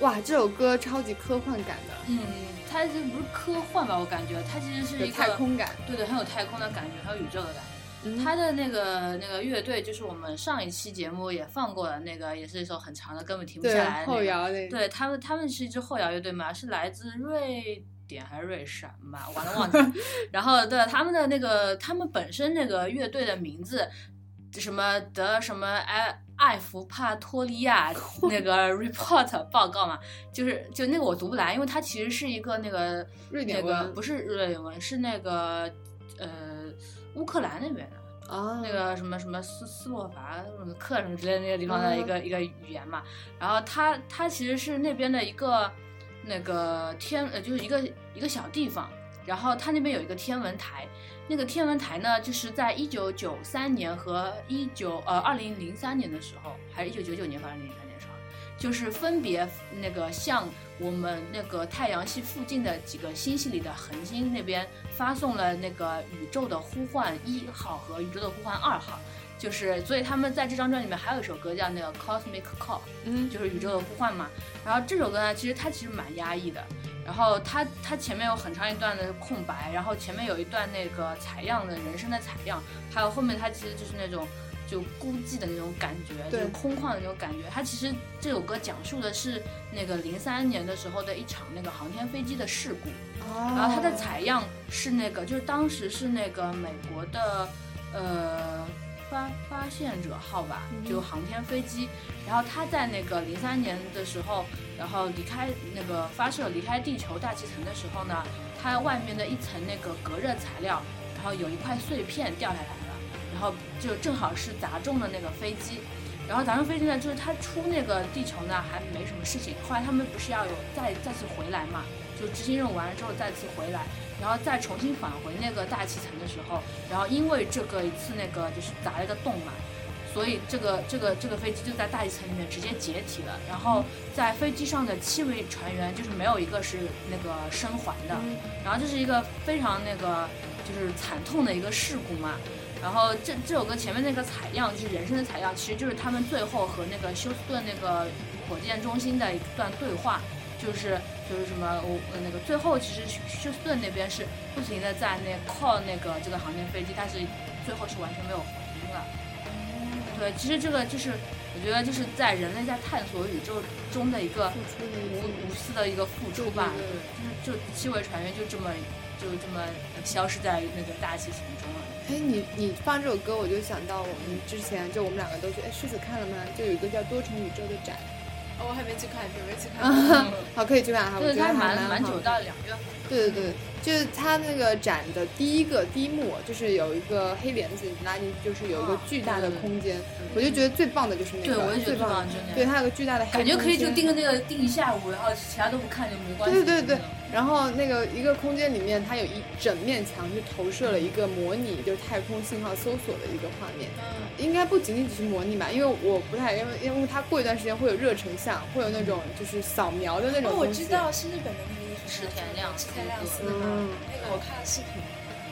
哇，这首歌超级科幻感的，
嗯，它这不是科幻吧？我感觉它其实是一
有
个
太，空感。
对对，很有太空的感觉，很有宇宙的感觉。
嗯
他的那个那个乐队，就是我们上一期节目也放过了，那个也是一首很长的，根本停不
对
下来的、那个。
后摇那个，
对他们，他们是一支后摇乐队嘛，是来自瑞典还是瑞啊闪吧，完了忘记 了。然后对他们的那个，他们本身那个乐队的名字，什么德什么埃艾弗帕托利亚那 个 report 报告嘛，就是就那个我读不来，因为它其实是一个那个
瑞典
那个
文
不是瑞典文，是那个呃乌克兰那边的。
啊，
那个什么什么斯斯洛伐什么克什么之类的那个地方的一个、一个语言嘛。然后它它其实是那边的一个那个天呃就是一个一个小地方，然后它那边有一个天文台，那个天文台呢就是在一九九三年和一九呃二零零三年的时候，还是一九九九年和二零零三年的时候。就是分别那个向我们那个太阳系附近的几个星系里的恒星那边发送了那个宇宙的呼唤一号和宇宙的呼唤二号，就是所以他们在这张专辑里面还有一首歌叫那个 Cosmic Call，
嗯，
就是宇宙的呼唤嘛。然后这首歌呢，其实它其实蛮压抑的。然后它它前面有很长一段的空白，然后前面有一段那个采样的人声的采样，还有后面它其实就是那种就孤寂的那种感觉，
对
就是空旷的那种感觉。它其实这首歌讲述的是那个零三年的时候的一场那个航天飞机的事故。然
然
后它的采样是那个，就是当时是那个美国的呃发发现者号吧，
嗯
就航天飞机。然后它在那个零三年的时候，然后离开那个发射离开地球大气层的时候呢，它外面的一层那个隔热材料，然后有一块碎片掉下来了，然后就正好是砸中了那个飞机。然后砸中飞机呢，就是它出那个地球呢还没什么事情，后来他们不是要有再再次回来嘛，就执行任务完了之后再次回来，然后再重新返回那个大气层的时候，然后因为这个一次那个就是砸了一个洞嘛，所以这个这个这个飞机就在大气层里面直接解体了，然后在飞机上的七位船员就是没有一个是那个生还的，然后这是一个非常那个就是惨痛的一个事故嘛。然后这这首歌前面那个采样就是人声的采样，其实就是他们最后和那个休斯顿那个火箭中心的一段对话，就是就是什么我呃那个最后其实休休斯顿那边是不停的在那 call 那个这个航天飞机，但是最后是完全没有回音了。对，其实这个就是我觉得就是在人类在探索宇宙中的一个
付出的一个
无无私的一个付出吧。就是就七位船员就这么就这么消失在那个大气层中 了。
哎，你你放这首歌，我就想到我们之前就我们两个都去，哎，狮子看了吗？就有一个叫多重宇宙的展，
哦，我还没去看，准备去看。
好，可以去看哈，我
对，
觉得
嗯它
还
蛮
蛮
蛮
好
久
的。
到两月份。
对对对，就是它那个展的第一个第一幕，就是有一个黑帘子拉进，就是有一个
啊
巨大
对
的
对对
空间，我就觉得最棒的就是那个，
对，我也觉
最
得
棒的，
真的。
对，它有个巨大的黑
感觉
空
可以就
间
盯着那嗯个盯一下午，然后其他都不看就没关系。
对对对然后那个一个空间里面，它有一整面墙是投射了一个模拟就是太空信号搜索的一个画面，
嗯，
应该不仅仅只是模拟吧，因为我不太因为因为它过一段时间会有热成像，会有那种就是扫描的那种
哦，
东
我
西。
知。道是日本的那个艺术家
池田亮司
池田亮司的嘛，
嗯，
那个我看了视频，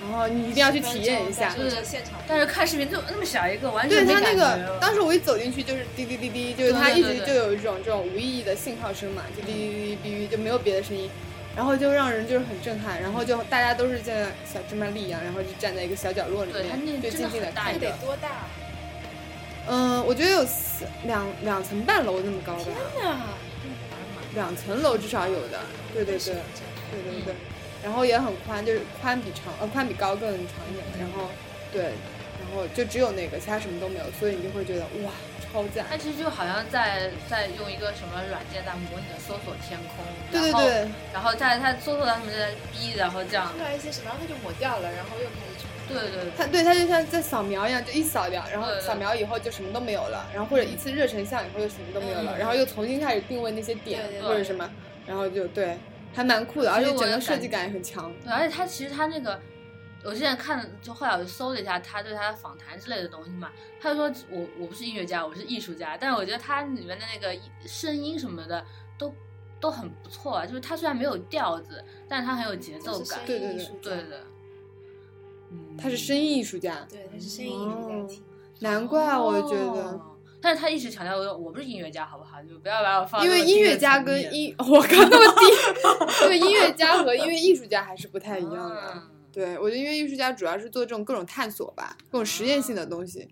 然后你一定要去体验一下。
嗯
就是现场，
但是看视频就那么小一个，完
对
全没
它
感觉。
那个，当时我一走进去就是滴滴滴滴，就是它
对
一
对
直
对
就有一种这种无意义的信号声嘛，就滴滴滴滴滴，就没有别的声音，然后就让人就是很震撼，然后就大家都是像小芝麻粒一样，然后就站在一个小角落里
对它
面，
那
就
真的
静静的
很大啊
看
那
一
着
个。
得多大？
嗯，我觉得有四两两层半楼那么高吧，
啊，
两层楼至少有的。对对对。对对对，然后也很宽，就是宽比长，呃，宽比高更长一点。然后，对，然后就只有那个，其他什么都没有，所以你就会觉得哇，超赞。
它其实就好像在在用一个什么软件在模拟的搜索天空，
对对
然后
对，
然后在它搜索到什么在逼，然后这样
出，来一些什么，然后它就抹掉了，然后又开始重
对对对。
它对它就像在扫描一样，就一扫描，然后
对对
扫描以后就什么都没有了，然后或者一次热成像以后就什么都没有了，
嗯
然后又重新开始定位那些点
对对
对
或者什么，然后就对，还蛮酷的，而
其
且
实
整
我也
个
感
设计感也很强。
对，而且他其实他那个，我之前看就后来我就搜了一下他对他的访谈之类的东西嘛，他就说我我不是音乐家，我是艺术家，但是我觉得他里面的那个声音什么的都都很不错啊，就是他虽然没有调子，但是他很有节奏
就是
感，
声
对对
音
对
艺术家
对，的，嗯，
他是声音艺术家，
对，
哦
它是声音艺术家
难怪我觉得。
哦但是他一直强调我我不是音乐家，好不好？好，就不要把我放
因为音乐家跟艺，我靠那 么低，因为音乐家和音乐艺术家还是不太
太
一样
啊
的。
嗯
对，我觉得音乐艺术家主要是做这种各种探索吧，各种实验性的东西，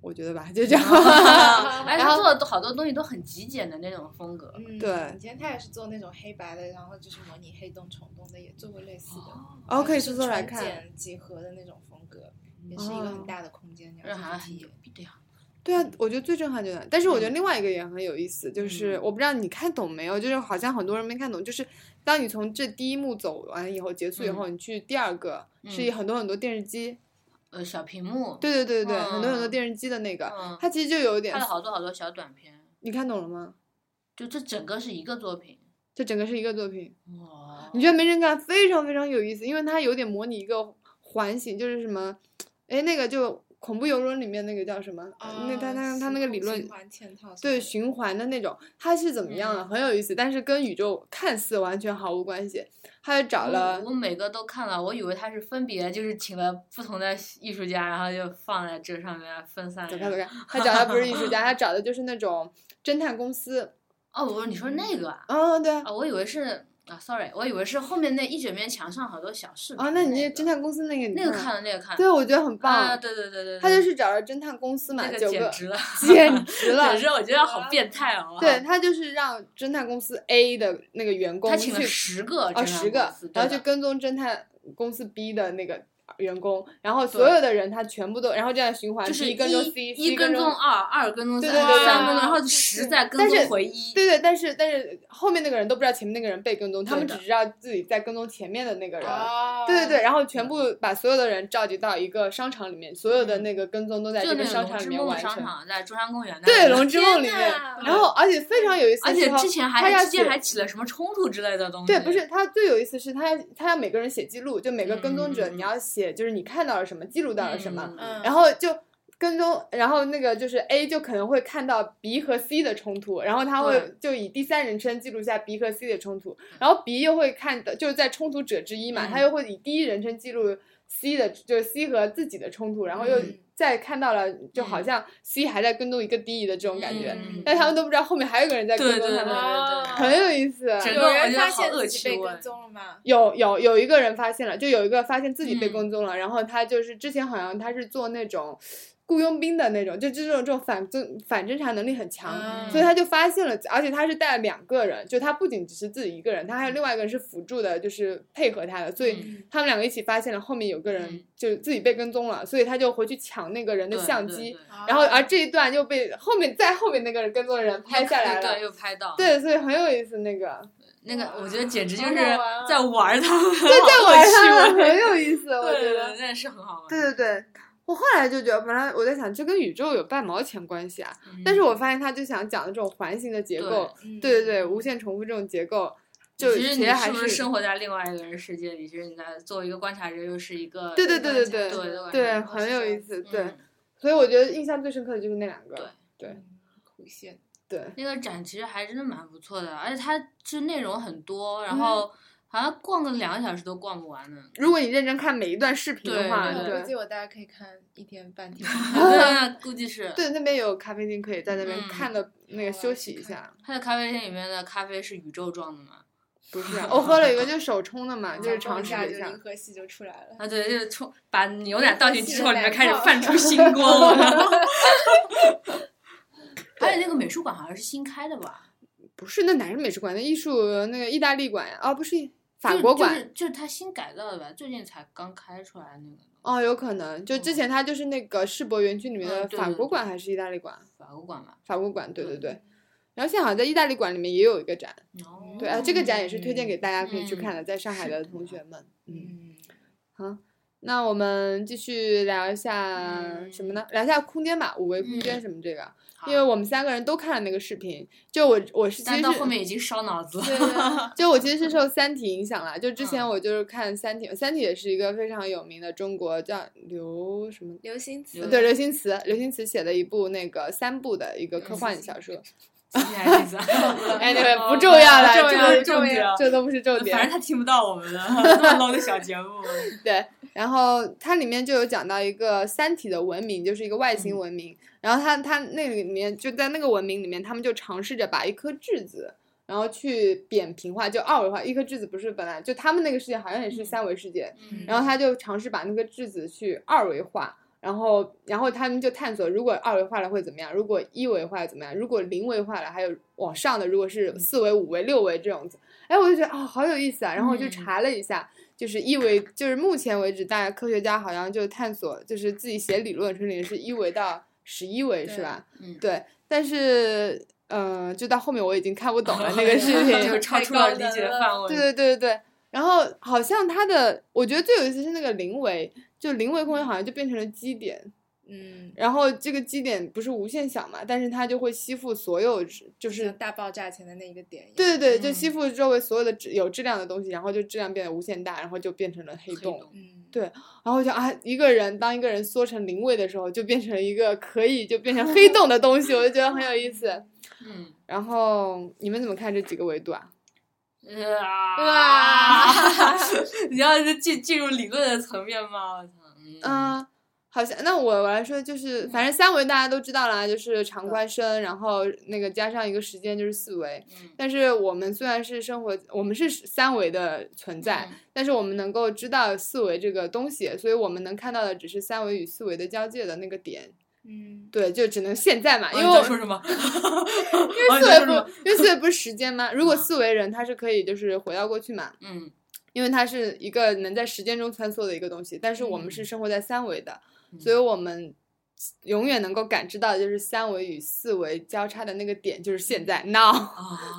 我觉得吧，就这样。
哎，
然
他
后
做的好多东西都很极简的那种风格。
嗯，
对
以前他也是做那种黑白的，然后就是模拟黑洞、虫洞的，也做过类似的。
然哦后可以
就
搜
是
搜来
纯
看。
简几何的那种风格，也是一个很大的空间，这
让
样
韩寒
子
很
去体
牛
验。
逼这样。
对啊，我觉得最震撼就是那，但是我
嗯
觉得另外一个也很有意思，就是我不知道你看懂没有，就是好像很多人没看懂，就是当你从这第一幕走完以后，结束以后，你去第二个，是
嗯
很多很多电视机，
呃，小屏幕，
对对对对对，很多很多
嗯
电视机的那个，
嗯，
它其实就有一点
拍了，好多好多小短片，
你看懂了吗？
就这整个是一个作品。
这整个是一个作品。
哇，
你觉得没人干非常非常有意思，因为它有点模拟一个环形，就是什么，哎，那个就恐怖游轮里面那个叫什么？
啊
呃那他他他那个理论
啊循环嵌套什么
对
的
循环的那种，它是怎么样的？
嗯
很有意思，但是跟宇宙看似完全毫无关系。他就找了
我，我每个都看了，我以为他是分别就是请了不同的艺术家，然后就放在这上面分散
走
着。
开走开，他找的不是艺术家，他找的就是那种侦探公司。
哦，我说你说那个啊？
哦，对啊，
啊，我以为是啊，sorry，我以为是后面那一整面墙上好多小视频。
哦，那你
那
那
个
侦探公司那个你
那个
了
看了，那个看了。
嗯对，我觉得很
啊，
棒。
对对对对对。
他就是找了侦探公司嘛，
那
九
个简
个，
直了，
简 直了
简，直我觉得好变态哦。
对，他就是让侦探公司 A 的那个员工
他
去
请了十个侦探
哦
公
十
司，
个，然
对
后去
的
跟踪侦探公司 B 的那个员工，然后所有的人他全部都，然后这样循环，
就是
一跟踪 C，
一
C
跟
踪
踪。二，二跟踪
对
三，
对对
三跟
对
踪，然后
对
十
对
再跟
但
踪
是
回一。
对对，但是但是后面那个人都不知道前面那个人被跟踪，他
对
们
的
只知道自己在跟踪前面的那个人。
哦，
对对对，然后全部把所有的人召集到一个商场里面，所有的
嗯
那个跟踪都在
就
这
那
个
个
商
龙
场里
之
面
梦
完
商
成。
场在中央公园那
对，
儿
《龙之梦》里
天
面
呐，
然后而且非常有意思
而
的是
且
他，
之前还
他要
之间
写
还起了什么冲突之类的东西。
对，不是他最有意思是他他要每个人写记录，就每个跟踪者
嗯
你要写，就是你看到了什么，记录到了什么，
嗯
嗯，
然后就跟踪，然后那个就是 A 就可能会看到 B 和 C 的冲突，然后他会
对
就以第三人称记录下 B 和 C 的冲突，然后 B 又会看到就是在冲突者之一嘛，
嗯
他又会以第一人称记录 C 的，就是 C 和自己的冲突，然后又
嗯
再看到了就好像 C 还在跟踪一个 D 的这种感觉，
嗯
但他们都不知道后面还有个人在跟
对对
踪
对
他们，
对对对。
可
很有意思。
整个
有
我
人
觉得
发
好
现
恶
自己被
趣味
跟踪了吗？
有有有一个人发现了，就有一个发现自己被
嗯
跟踪了，然后他就是之前好像他是做那种雇佣兵的那种，就这种这种反侦反侦查能力很强，
啊
嗯
所以他就发现了，而且他是带了两个人，就他不仅只是自己一个人，他还有另外一个人是辅助的，就是配合他的，所以
嗯
他们两个一起发现了后面有个人
嗯
就自己被跟踪了，所以他就回去抢那个人的
对
相
对
机，
对
啊
然后而这一段又被后面再后面那个人跟踪的人拍下来
对，
了，
又拍到。
对，所以很有意思那个。
那个我觉得简直就
好
是
好玩啊
在玩他们，
对，在玩
好
它
恶趣味
很有意思，我
对
觉
对
得
对，。那是很好玩。
对对对，我后来就觉得，本来我在想，这跟宇宙有半毛钱关系啊。
嗯
但是我发现他就想讲的这种环形的结构，
嗯
对对对，无限重复这种结构，就
其
其
实你
实还
是不是生
活
活在另外一个人世界里？其实你在作为一个观察者，又是一个
对对对
对
对
对
对，
嗯
很有意思，对。
嗯
所以我觉得印象最深刻的就是那两个，对
嗯，弧线，
对
那个展其实还真的蛮不错的，而且它是内容很多，
嗯
然后好像逛个两个小时都逛不完 呢。
如果你认真看每一段视频的
对
话，
对
我
啊对
估计我大概可以看一天半天。
对，估计是。
对，那边有咖啡厅，可以在那边
嗯
看的那个
好啊
休
去
息一
看
下。
它的咖啡店里面的咖啡是宇宙状的嘛？
不是啊，我喝了一个就是手冲的
嗯
嘛，
哦
就是
然后
尝
一
试
下
一
就
下。
银河系就出来了。
啊，
嗯
对，就是冲把牛奶倒进去之后，
吸
里
了
面
奶
开始
泡
泛出星光。 而且那个美术馆好像是新开的吧？
不是，那哪是美术馆？那艺术呃那个意大利馆呀、啊，不是法
就
国馆、
就是就是它新改造的吧？最近才刚开出来那个
哦，有可能就之前它就是那个世博园区里面
嗯
的
对
法
对
国
对
馆还是意大利馆？
法国馆吧。
法国馆，对对
嗯
对。然后现在好像在意大利馆里面也有一个展，
哦
对啊，这个展也是推荐给大家可以去
嗯
看的，在上海
是的
的同学们，嗯，
嗯，
好。那我们继续聊一下什么呢？聊一下空间吧，五维空间
嗯
什么这个，
好
因为我们三个人都看了那个视频。就我我是其实
但
是
到后面已经烧脑子了。
对对对
就我其实是受《三体》影响啦，就之前
嗯
我就是看《三体》，《三体》也是一个非常有名的中国叫刘什么，
流星词，
对，刘星驰，刘星驰写的一部那个三部的一个科幻 小说。
接下来这次
anyway，
哦
不重要了，
重
这
要
都
重要
这都不是重
反正
点。
他听不到我们的这么 low 的小节目。
对，然后它里面就有讲到一个三体的文明，就是一个外
嗯
星文明。然后它它那里面就在那个文明里面，他们就尝试着把一颗质子，然后去扁平化，就二维化。一颗质子不是本来就他们那个世界好像也是
嗯
三维世界，
嗯
然后他就尝试把那个质子去二维化。然后，然后他们就探索，如果二维化了会怎么样？如果一维化了怎么样？如果零维化了，还有往上的，如果是四维、五维、六维这种子，哎，我就觉得啊、好有意思啊！然后我就
嗯
查了一下，就是一维，就是目前为止，大家科学家好像就探索，就是自己写理论，说里是一维到十一维，是
对
吧？
嗯
对，但是，嗯、就到后面我已经看不懂 了那个事情，
就是超出了理解的范围。
对对对对对。然后好像它的，我觉得最有意思是那个零维，就零维空间好像就变成了基点，
嗯，
然后这个基点不是无限小嘛，但是它就会吸附所有质，
就
就
是
是
像大爆炸前的那一个点一样。
对对对，就
嗯
吸附周围所有的质有质量的东西，然后就质量变得无限大，然后就变成了黑
黑
洞。
洞
嗯，
对然后就啊，一个人当一个人缩成零位的时候，就变成了一个可以就变 成黑洞的东西，我就觉得很有意思。
嗯，
然后你们怎么看这几个维度啊？
哇！呃啊你要是进进入理论的层面吗？我操！嗯，
嗯，好像那我我来说就是，反正三维大家都知道啦，就是常规生，然后那个加上一个时间就是四维。
嗯
但是我们虽然是生活，我们是三维的存在，
嗯
但是我们能够知道四维这个东西，所以我们能看到的只是三维与四维的交界的那个点。
嗯，
对，就只能现在嘛，因
啊
为
你
我
在说什么？哦
因为
因
四维不，因为四维不是时 间吗？如果
嗯
四维人他是可以就是回到过去嘛，
嗯
因为它是一个能在时间中穿梭的一个东西，但是我们是
嗯
生活在三维的，
嗯
所以我们永远能够感知到的就是三维与四维交叉的那个点，就是现在 now。
啊，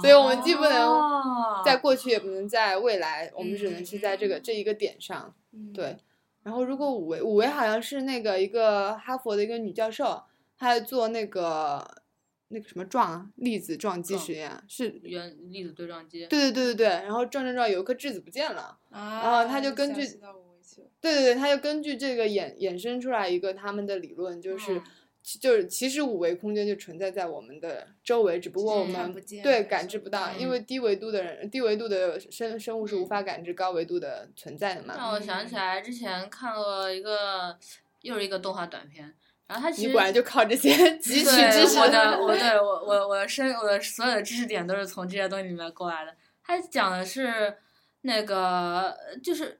所以我们既不能
能
在过去，也不能在未来，我们只能是在这个
哦嗯
这一个点上。
嗯
对，然后如果五维，五维好像是那个一个哈佛的一个女教授，她在做那个那个什么撞啊，粒子撞击实验，是
原粒子对撞机。
对对对对对，然后撞撞撞，有一颗质子不见了。
啊，
他就根据
想到我去了
对对对，他就根据这个衍衍生出来一个他们的理论，就是、
嗯
其就是其实五维空间就存在在我们的周围，只不过我
只是
们
看
不见
对
感
感
受
知
不
不到，
到
因为低维度的人低维度的生生物是
嗯
无法感知高维度的存在的嘛。
让我想起来之前看过一个，又是一个动画短片，然后它其
你
实
果然就靠 这些汲取
对
知识
我的，我对我我我的身我的所有的知识点都是从这些东西里面过来的。他讲的是那个，呃就是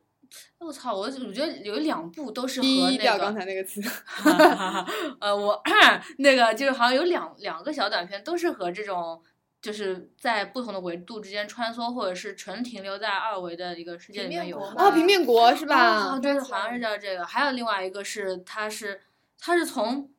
我操，我我觉得有两部都是和 那
低掉
个
刚才那个词，
呃，我那个就是好像有两两个小短片都是和这种。就是在不同的维度之间穿梭，或者是纯停留在二维的一个世界里
平
面
面
有
国
关
哦，
吧
平面国是
哦，
吧？
对，好像是叫这个。还有另外一个是，它是它是从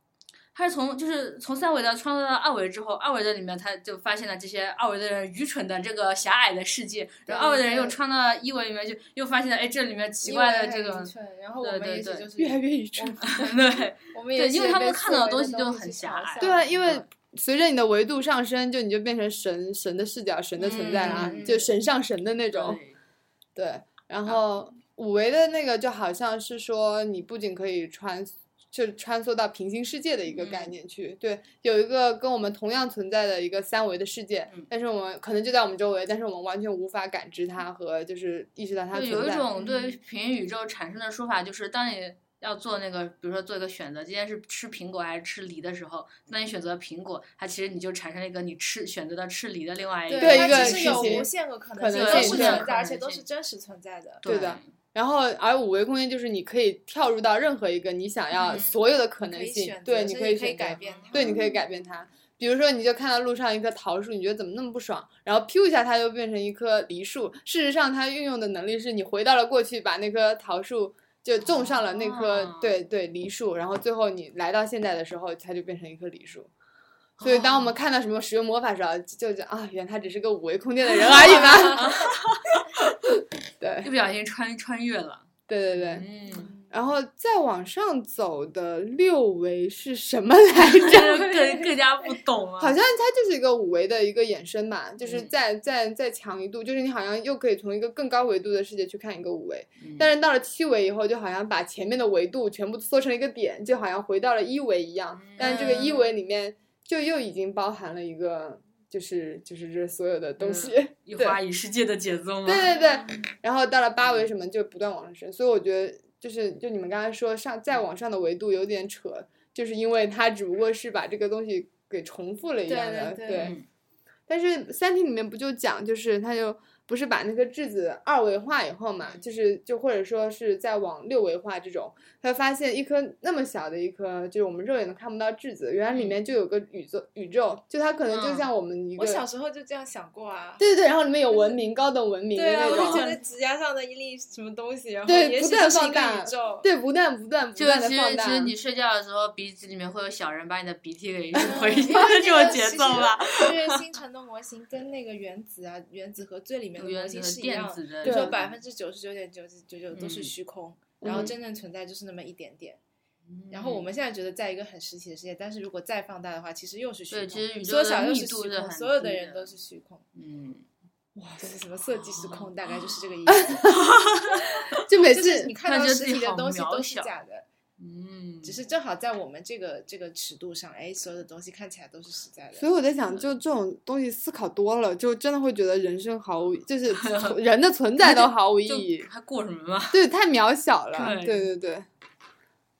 它是从就是从三维的穿梭到二维之后，二维的里面他就发现了这些二维的人愚蠢的这个狭隘的世界，然后二维的人又
对
穿到了一维里面去，又发现了哎这里面奇
因
怪
为
的
很
这个
愚，蠢然后我
对
们
对
也许
对啊
就是
越来越愚蠢。
对，
我们也
对因为
是
他
被
们
思
看到的
维
东
的
西就很
去
狭
嘲
隘
笑
对啊，因为
对
随着你的维度上升，就你就变成神神的视角、神的存在了啊，
嗯
就神上神的那种。
对
对，然后五维的那个就好像是说，你不仅可以穿，就穿梭到平行世界的一个概
嗯
念去。对，有一个跟我们同样存在的一个三维的世界，
嗯
但是我们可能就在我们周围，但是我们完全无法感知它和就是意识到它
就
存
有一
在。
种对于
嗯
平行宇宙产生的说法，就是当你要做那个，比如说做一个选择，今天是吃苹果还是吃梨的时候，当你选择苹果，它其实你就产生了一个你吃选择的吃梨的另外一个
对
它
一个
只是有
事情
无限个可
可
能性，
能
都
性
是
对
存
可
在，而
能
且都是
性
真实存在的。
对的，然后，而五维空间就是你可以跳入到任何一个你想要
嗯
所有的可
可
能
以
性，
选择，
对，你
甚
可
至可
以
以
选择
改变它。
对，你可以改变它。比如说，你就看到路上一棵桃树，你觉得怎么那么不爽，然后 Q 一下它就变成一棵梨树。事实上，它运用的能力是你回到了过去，把那棵桃树就种上了那棵、
哦
对对梨树，然后最后你来到现在的时候，它就变成一棵梨树。所以，当我们
哦
看到什么使用魔法时候，就就啊，原来他只是个五维空间的人而已 嘛。对
一不小心穿穿越了，
对对对，
嗯，
然后再往上走的六维是什么来着？
这就更更加不懂了。
好像它就是一个五维的一个衍生嘛，就是
嗯
再再再强一度，就是你好像又可以从一个更高维度的世界去看一个五维，
嗯，
但是到了七维以后，就好像把前面的维度全部缩成了一个点，就好像回到了一维一样。但是这个一
嗯
维里面就又已经包含了一个，就是就是这所有的东西。
一
对
花一世界的节奏嘛，
对对对，然后到了八维什么就不断往上升，所以我觉得。就是就你们刚才说上再往上的维度有点扯，就是因为它只不过是把这个东西给重复了一
对
样
对
的，
对
嗯
但是《三体》里面不就讲，就是它就不是把那个质子二维化以后嘛，就是就或者说是在往六维化这种，他发现一颗那么小的一颗，就是我们肉眼都看不到质子，原来里面就有个宇宙宇宙，就它可能就
嗯
像我们一
嗯
个，
我小时候就这样想过啊。
对对对，然后里面有文明、高等文明的
对啊，
那
我就
种，
觉得指甲上的一粒什么东西，然后
对
也
不
许
断
就是
放
一个
大
宇宙。
对，不断不断不
就
断的
其实
放大
其。实你睡觉的时候，鼻子里面会有小人把你的鼻涕 给弄回
因
去，
为那
就这
个
种
其
节
实
奏吧。。
因为星辰的模型跟那个原子啊、原子核最里面的模
原子
型
和
是一
电
样
子的，
对
你
就
说百分之九十九点九九九都是虚空，
嗯
然后真正存在就是那么一点点。
嗯
然后我们现在觉得在一个很实体的世界，但是如果再放大的话，其实又是虚
对其实宇
空，
宙
缩
的
小又
密
是
度
虚
是
空，
很
所有
低
的人
的
都是虚空。
嗯，
哇，就是什么设计是
哦
空，大概就是这个意思。
就每
就是
次
你看
那
到
就
实
自己
体的
好
东西
渺
都是
小
假的，
嗯，
只是正好在我们这个这个尺度上，哎，所有的东西看起来都是实在的。
所以我在想，就这种东西思考多了，就真的会觉得人生毫无，就是 人的存在都毫无意
就
义，
还过什么嘛？
对，太渺小了。
对
对对对，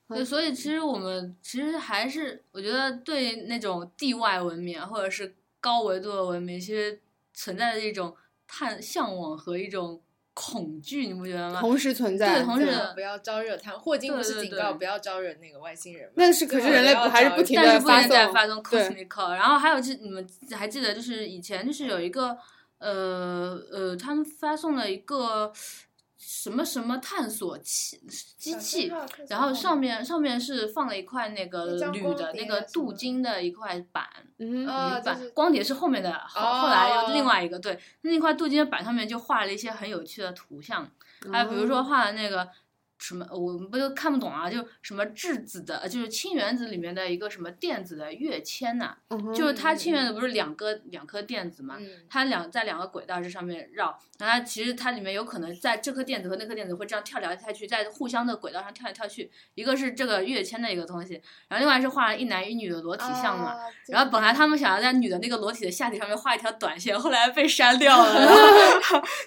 对，所以其实我们其实还是，我觉得对那种地外文明啊或者是高维度的文明，其实存在着一种探向往和一种恐惧，你不觉得吗？
同时存在，
对同时
对
的
不要招惹他们。霍金不是
对对
警告
对
不要招惹那个外星人吗？
但是可是
对
人类
不要
还是
找
不
一
停
但
的
是不能再
送，
发送
对
cosmical。然后还有就是你们还记得，就是以前就是有一个呃呃，他们发送了一个什么什么探索器机器，然后上面上面是放了一块那
那
个
叫
铝
光
的那
碟
个
什
镀
么
金的一块板，
嗯哼，
啊
铝板
就是哦
光碟是后面的，后后来又另外一个对，那块镀金的板上面就画了一些很有趣的图像，还有比
哦
如说画的那个。什么？我们不就看不懂啊？就什么质子的，呃就是氢原子里面的一个什么电子的跃迁呐、
嗯哼
就是它氢原子不是两个两颗电子嘛？
嗯，
它两在两个轨道这上面绕，然后它其实它里面有可能在这颗电子和那颗电子会这样跳来跳去，在互相的轨道上跳来跳去，一个是这个跃迁的一个东西，然后另外是画了一男一女的裸体像嘛，
啊
然后本来他们想要在女的那个裸体的下体上面画一条短线，后来被删掉了。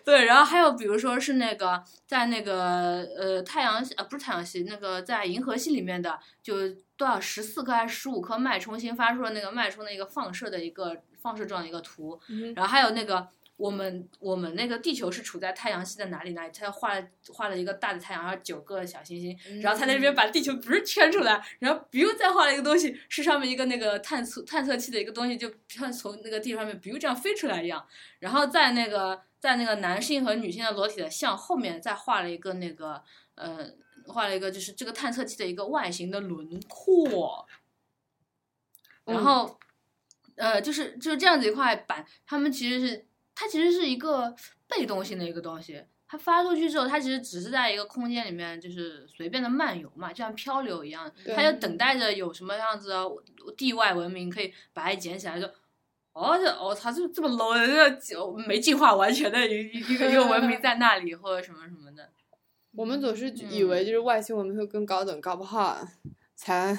对，然后还有比如说是那个在那个呃太阳系呃不是太阳系，那个在银河系里面的就多少十四颗还是十五颗脉冲星发出了那个脉冲的一个放射的一个放射状的一个图，
嗯
然后还有那个。我们我们那个地球是处在太阳系的哪里哪里？他画了画了一个大的太阳，然后九个小行星，然后他在那边把地球不是圈出来，然后 biu 再画了一个东西，是上面一个那个探测探测器的一个东西，就像从那个地上面 biu 这样飞出来一样。然后在那个在那个男性和女性的裸体的像后面再画了一个那个呃画了一个就是这个探测器的一个外形的轮廓，然
嗯
后、呃就是就是这样子一块板，他们其实是它其实是一个被动性的一个东西。它发出去之后，它其实只是在一个空间里面，就是随便的漫游嘛，就像漂流一样。
对
它就等待着有什么样子的地外文明可以把它捡起来，就哦，这哦，操，这这么 low 的，这就没进化完全的一一一个一个文明在那里，或者什么什么的。
我们总是
嗯
以为就是外星文明会更高等，搞不好 才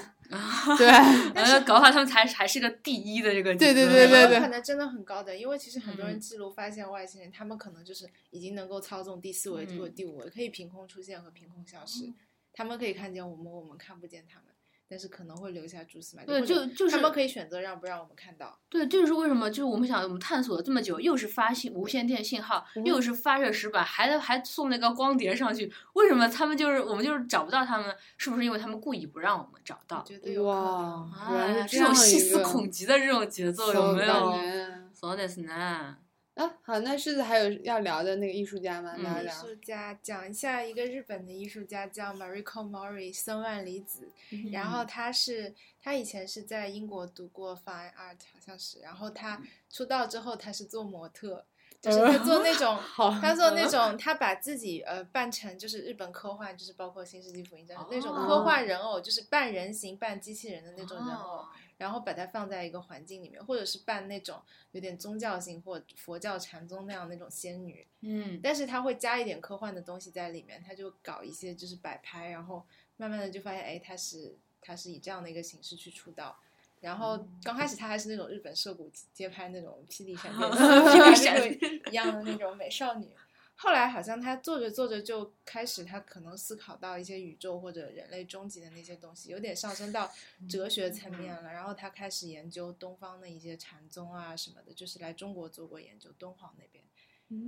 对
然后搞不好他们才还是个第一的这个级
对对
别
对
呢
对对
可能真的很高的，因为其实很多人
嗯
记录发现外星人，他们可能就是已经能够操纵第四维
嗯哦
或者第五维，可以凭空出现和凭空消失，他们可以看见我们，我们看不见他们，但是可能会留下蛛丝马迹，
对
或者
就就是
他们可以选择让不让我们看到，
对，这就是为什么，就是我们想，我们探索了这么久，又是发信无线电信号，又是发热石板，还还送了一个光碟上去，为什么他们就是我们就是找不到他们？是不是因为他们故意不让我们找
我
到？
觉得有可能。
哇，原
哎
来
呀，
是
这种细
一
思
个
恐极的这种节奏有
そう
没
だ
有？
ね
そうです ね。
啊，好，那狮子还有要聊的那个艺术家吗？
嗯
聊一
艺
聊。
术家讲一下一个日本的艺术家叫 Mariko Mori 森万里子，
嗯
然后他是他以前是在英国读过 Fine Art 好像是，然后
嗯
他出道之后他是做模特，就是
呃
他做 那种
好
他做那种他把自己呃扮成就是日本科幻，就是包括《新世纪福音战士》那
哦
种科幻人偶，就是半人形半机器人的那种人偶，
哦
然后把它放在一个环境里面，或者是扮那种有点宗教性或佛教禅宗那样那种仙女，
嗯，
但是他会加一点科幻的东西在里面，他就搞一些就是摆拍，然后慢慢的就发现，哎，他是他是以这样的一个形式去出道。然后刚开始他还是那种日本涉谷街拍那种霹雳闪电
霹雳闪
电一样的那种美少女，后来好像他做着做着就开始，他可能思考到一些宇宙或者人类终极的那些东西，有点上升到哲学层面了。然后他开始研究东方的一些禅宗啊什么的，就是来中国做过研究，敦煌那边。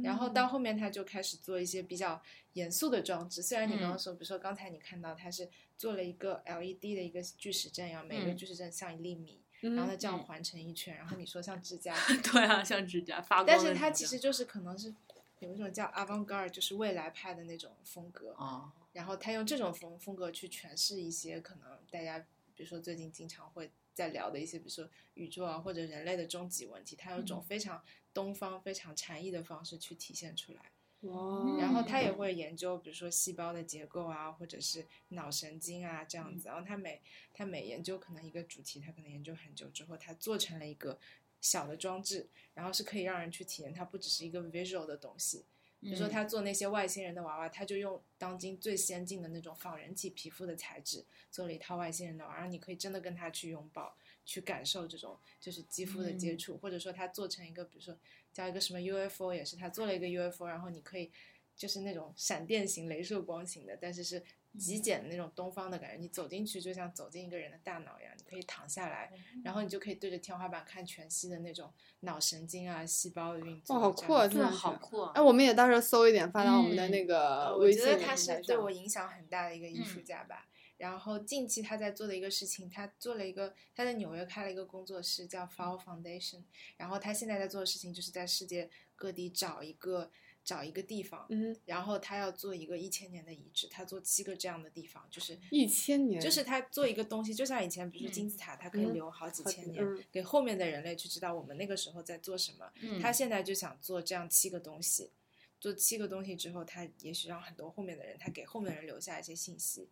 然
嗯
后到后面他就开始做一些比较严肃的装置，虽然你
嗯
刚刚说，比如说刚才你看到他是做了一个 LED 的一个巨石阵一样，每个
嗯
巨石阵像一粒米，
嗯
然后它这样
嗯
环成一圈，然后你说像指 甲，
对啊，像指甲发光的
但
指甲。
是它其实就是可能是有一种叫 avant-garde，就是未来派的那种风格，
哦，
然后他用这种风风格去诠释一些可能大家比如说最近经常会在聊的一些，比如说宇宙啊或者人类的终极问题，他用一种
嗯
非常东方、非常禅意的方式去体现出来。
哇
然后他也
嗯
会研究，比如说细胞的结构啊，或者是脑神经啊这样子。然后他每他每研究可能一个主题，他可能研究很久之后，他做成了一个小的装置，然后是可以让人去体验它不只是一个 visual 的东西。比
嗯
嗯
如说他做那些外星人的娃娃，他就用当今最先进的那种仿人体皮肤的材质做了一套外星人的娃娃，你可以真的跟他去拥抱，去感受这种就是肌肤的接
嗯
触，或者说他做成一个，比如说叫一个什么 UFO，也是他做了一个 UFO，然后你可以就是那种闪电型、镭射光型的，但是是极
嗯
简的那种东方的感觉，你走进去就像走进一个人的大脑一样，你可以躺下
哦
来，然后你就可以对着天花板看全息的那好脑神经啊、细胞的运作
哇
啊这样子。
好酷啊
对，好酷啊
哎，！我们也到时候搜一点，发到我们的
嗯
那个
呃我
微
觉
信
得
平
他
台
是
上
对我影响很大的一个艺术
嗯
家吧。然后近期他在做的一个事情，他做了一个他在纽约开了一个工作室叫 Fowl Foundation，然后他现在在做的事情就是在世界各地找一个找一个地方，
嗯，
然后他要做一个一千年的遗址，他做七个这样的地方，就是
一千年
就是他做一个东西，就像以前比如说
嗯
金字塔，它可以
嗯
留好几
好
千
几
年，
嗯
给后面的人类去知道我们那个时候在做什么。他
嗯
现在就想做这样七个东西，做七个东西之后，他也许让很多后面的人，他给后面的人留下一些信息。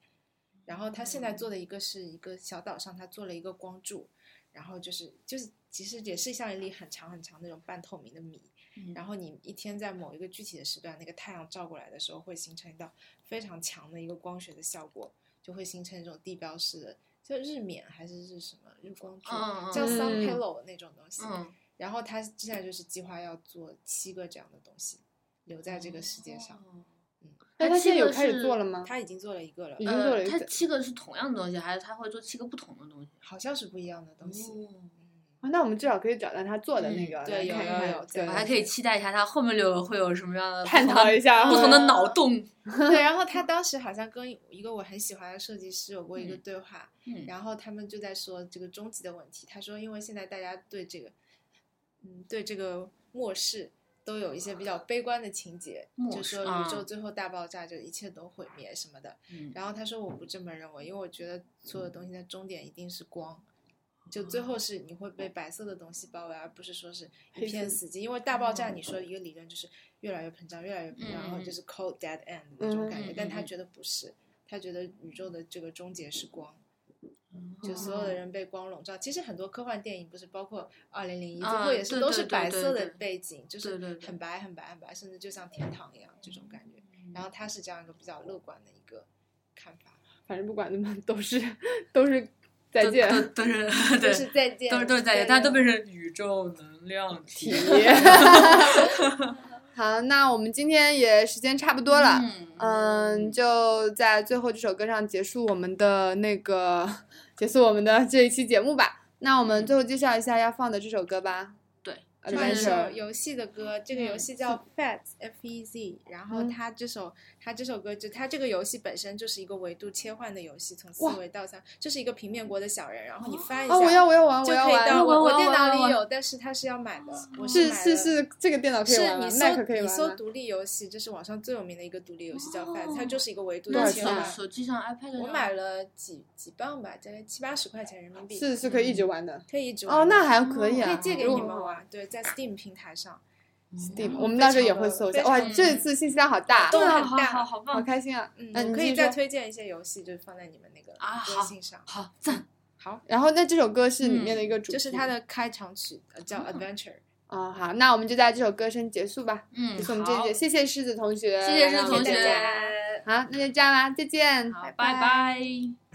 然后他
嗯
现在做的一个是一个小岛上，他做了一个光柱，然后就是就是其实也是像一粒很长很长那种半透明的米，
嗯
然后你一天在某一个具体的时段，那个太阳照过来的时候，会形成一道非常强的一个光学的效果，就会形成一种地标式的，就日冕还是日什么日光柱，
嗯
叫
嗯
sun
嗯
pillow 那种东西。
嗯，
然后他现在就是计划要做七个这样的东西，留在这个世界上。
哦
那
他
他现在
这
有
个
开始
是
做了吗？
他已经做了一个了
已，经做了
呃，
一
他
个
七个是同样的东西，还是他会做七个不同的东西？
好像是不一样的东西。
哦
嗯，
啊那我们至少可以找到他做的那
嗯
个
对
来
有
看一
有
看
有
对
我还可以期待一下他后面有会有什么样的不
探
同
讨
的
一下
不同
啊
的脑洞。
对。然后他当时好像跟一个我很喜欢的设计师有过一个
嗯
对话，
嗯
然后他们就在说这个终极的问题。他说，因为现在大家对这个，嗯，对这个末世都有一些比较悲观的情节，
末
就
世
说宇
啊
宙最后大爆炸，就一切都毁灭什么的。
嗯
然后他说我不这么认为，因为我觉得所有东西的终点一定是光，就最
哦
后是你会被白色的东西包围，而不是说是一
黑
片
色
死寂。因为大爆炸，你说一个理论就是越来越膨胀，越来越膨胀，然后
哦嗯嗯
就是 cold dead end 那种感觉，
嗯
但他
嗯嗯
觉得不是，他觉得宇宙的这个终结是光。就所
哦
有的人被光笼罩，其实很多科幻电影不是包括《二零零一》，最
啊
后也是
对
都
对
是
对
白
对
色的
对
背景，就
对对
是
对
很白很白很白，甚至就像天堂一样这种感觉。然后他是这样一个比较乐观的一个看法。
反正不管怎么都是都是再
都
见
都都是
就
对
是再见，
都是都是再见，大家都变成宇宙能量体
题。 好，那我们今天也时间差不多了。嗯，就在最后这首歌上结束我们的那个，结束我们的这一期节目吧。那我
嗯
们最后介绍一下要放的这首歌吧。
对，
a
就
d
放一
v
是
e
首
n
游戏的歌，这个
嗯
游戏叫 Fez F E Z，然后
嗯
它这首它这首歌就它这个游戏本身就是一个维度切换的游戏，从四
哇
维到三，就是一个平面国的小人，然后你翻一
哦，我
下
要我要玩，我
就
要
可以
玩
到。我
我
我
要玩
电脑
我要
里
玩
有，但是它是要买的，我
是
买
是
的。
是，这个电啊脑可以
是
玩
你
吗
搜
？Mac 可以
你
玩
搜
吗
独立游戏，这是网上最有名的一个独立游戏叫 Fez，它
哦
就是一个维度
多
的
那
少
切
钱
手
换
啊。
手机上 iPad 上
我买了几几磅吧，大概七八十块钱人民币，
是是可以一直玩的。
可以一直
哦，
玩的
那还可以啊。
嗯可以借给
如
你
果
们玩，对，在 Steam 平台上，
Steam，
嗯
我们到时候也
非
会
常
搜一下。
非常
哇，这次信息量好大，
动
对啊，
很
好
大
好好
好
棒，
开心啊！
嗯，
那
我
你
可以
继
再
续
推荐一些游戏，就是放在你们那个
啊
微
好
信上。
好赞，
好，
然后那这首歌是里面
嗯
的一个主题，
就是它的开场曲呃叫
嗯
Adventure，
哦，好，那我们就在这首歌声结束吧，
嗯，
结束我们这一
好
节，谢谢狮子同学，
谢谢日
让我
同
们
学
再见，好，那就这样啦，再见，
好，
拜
拜拜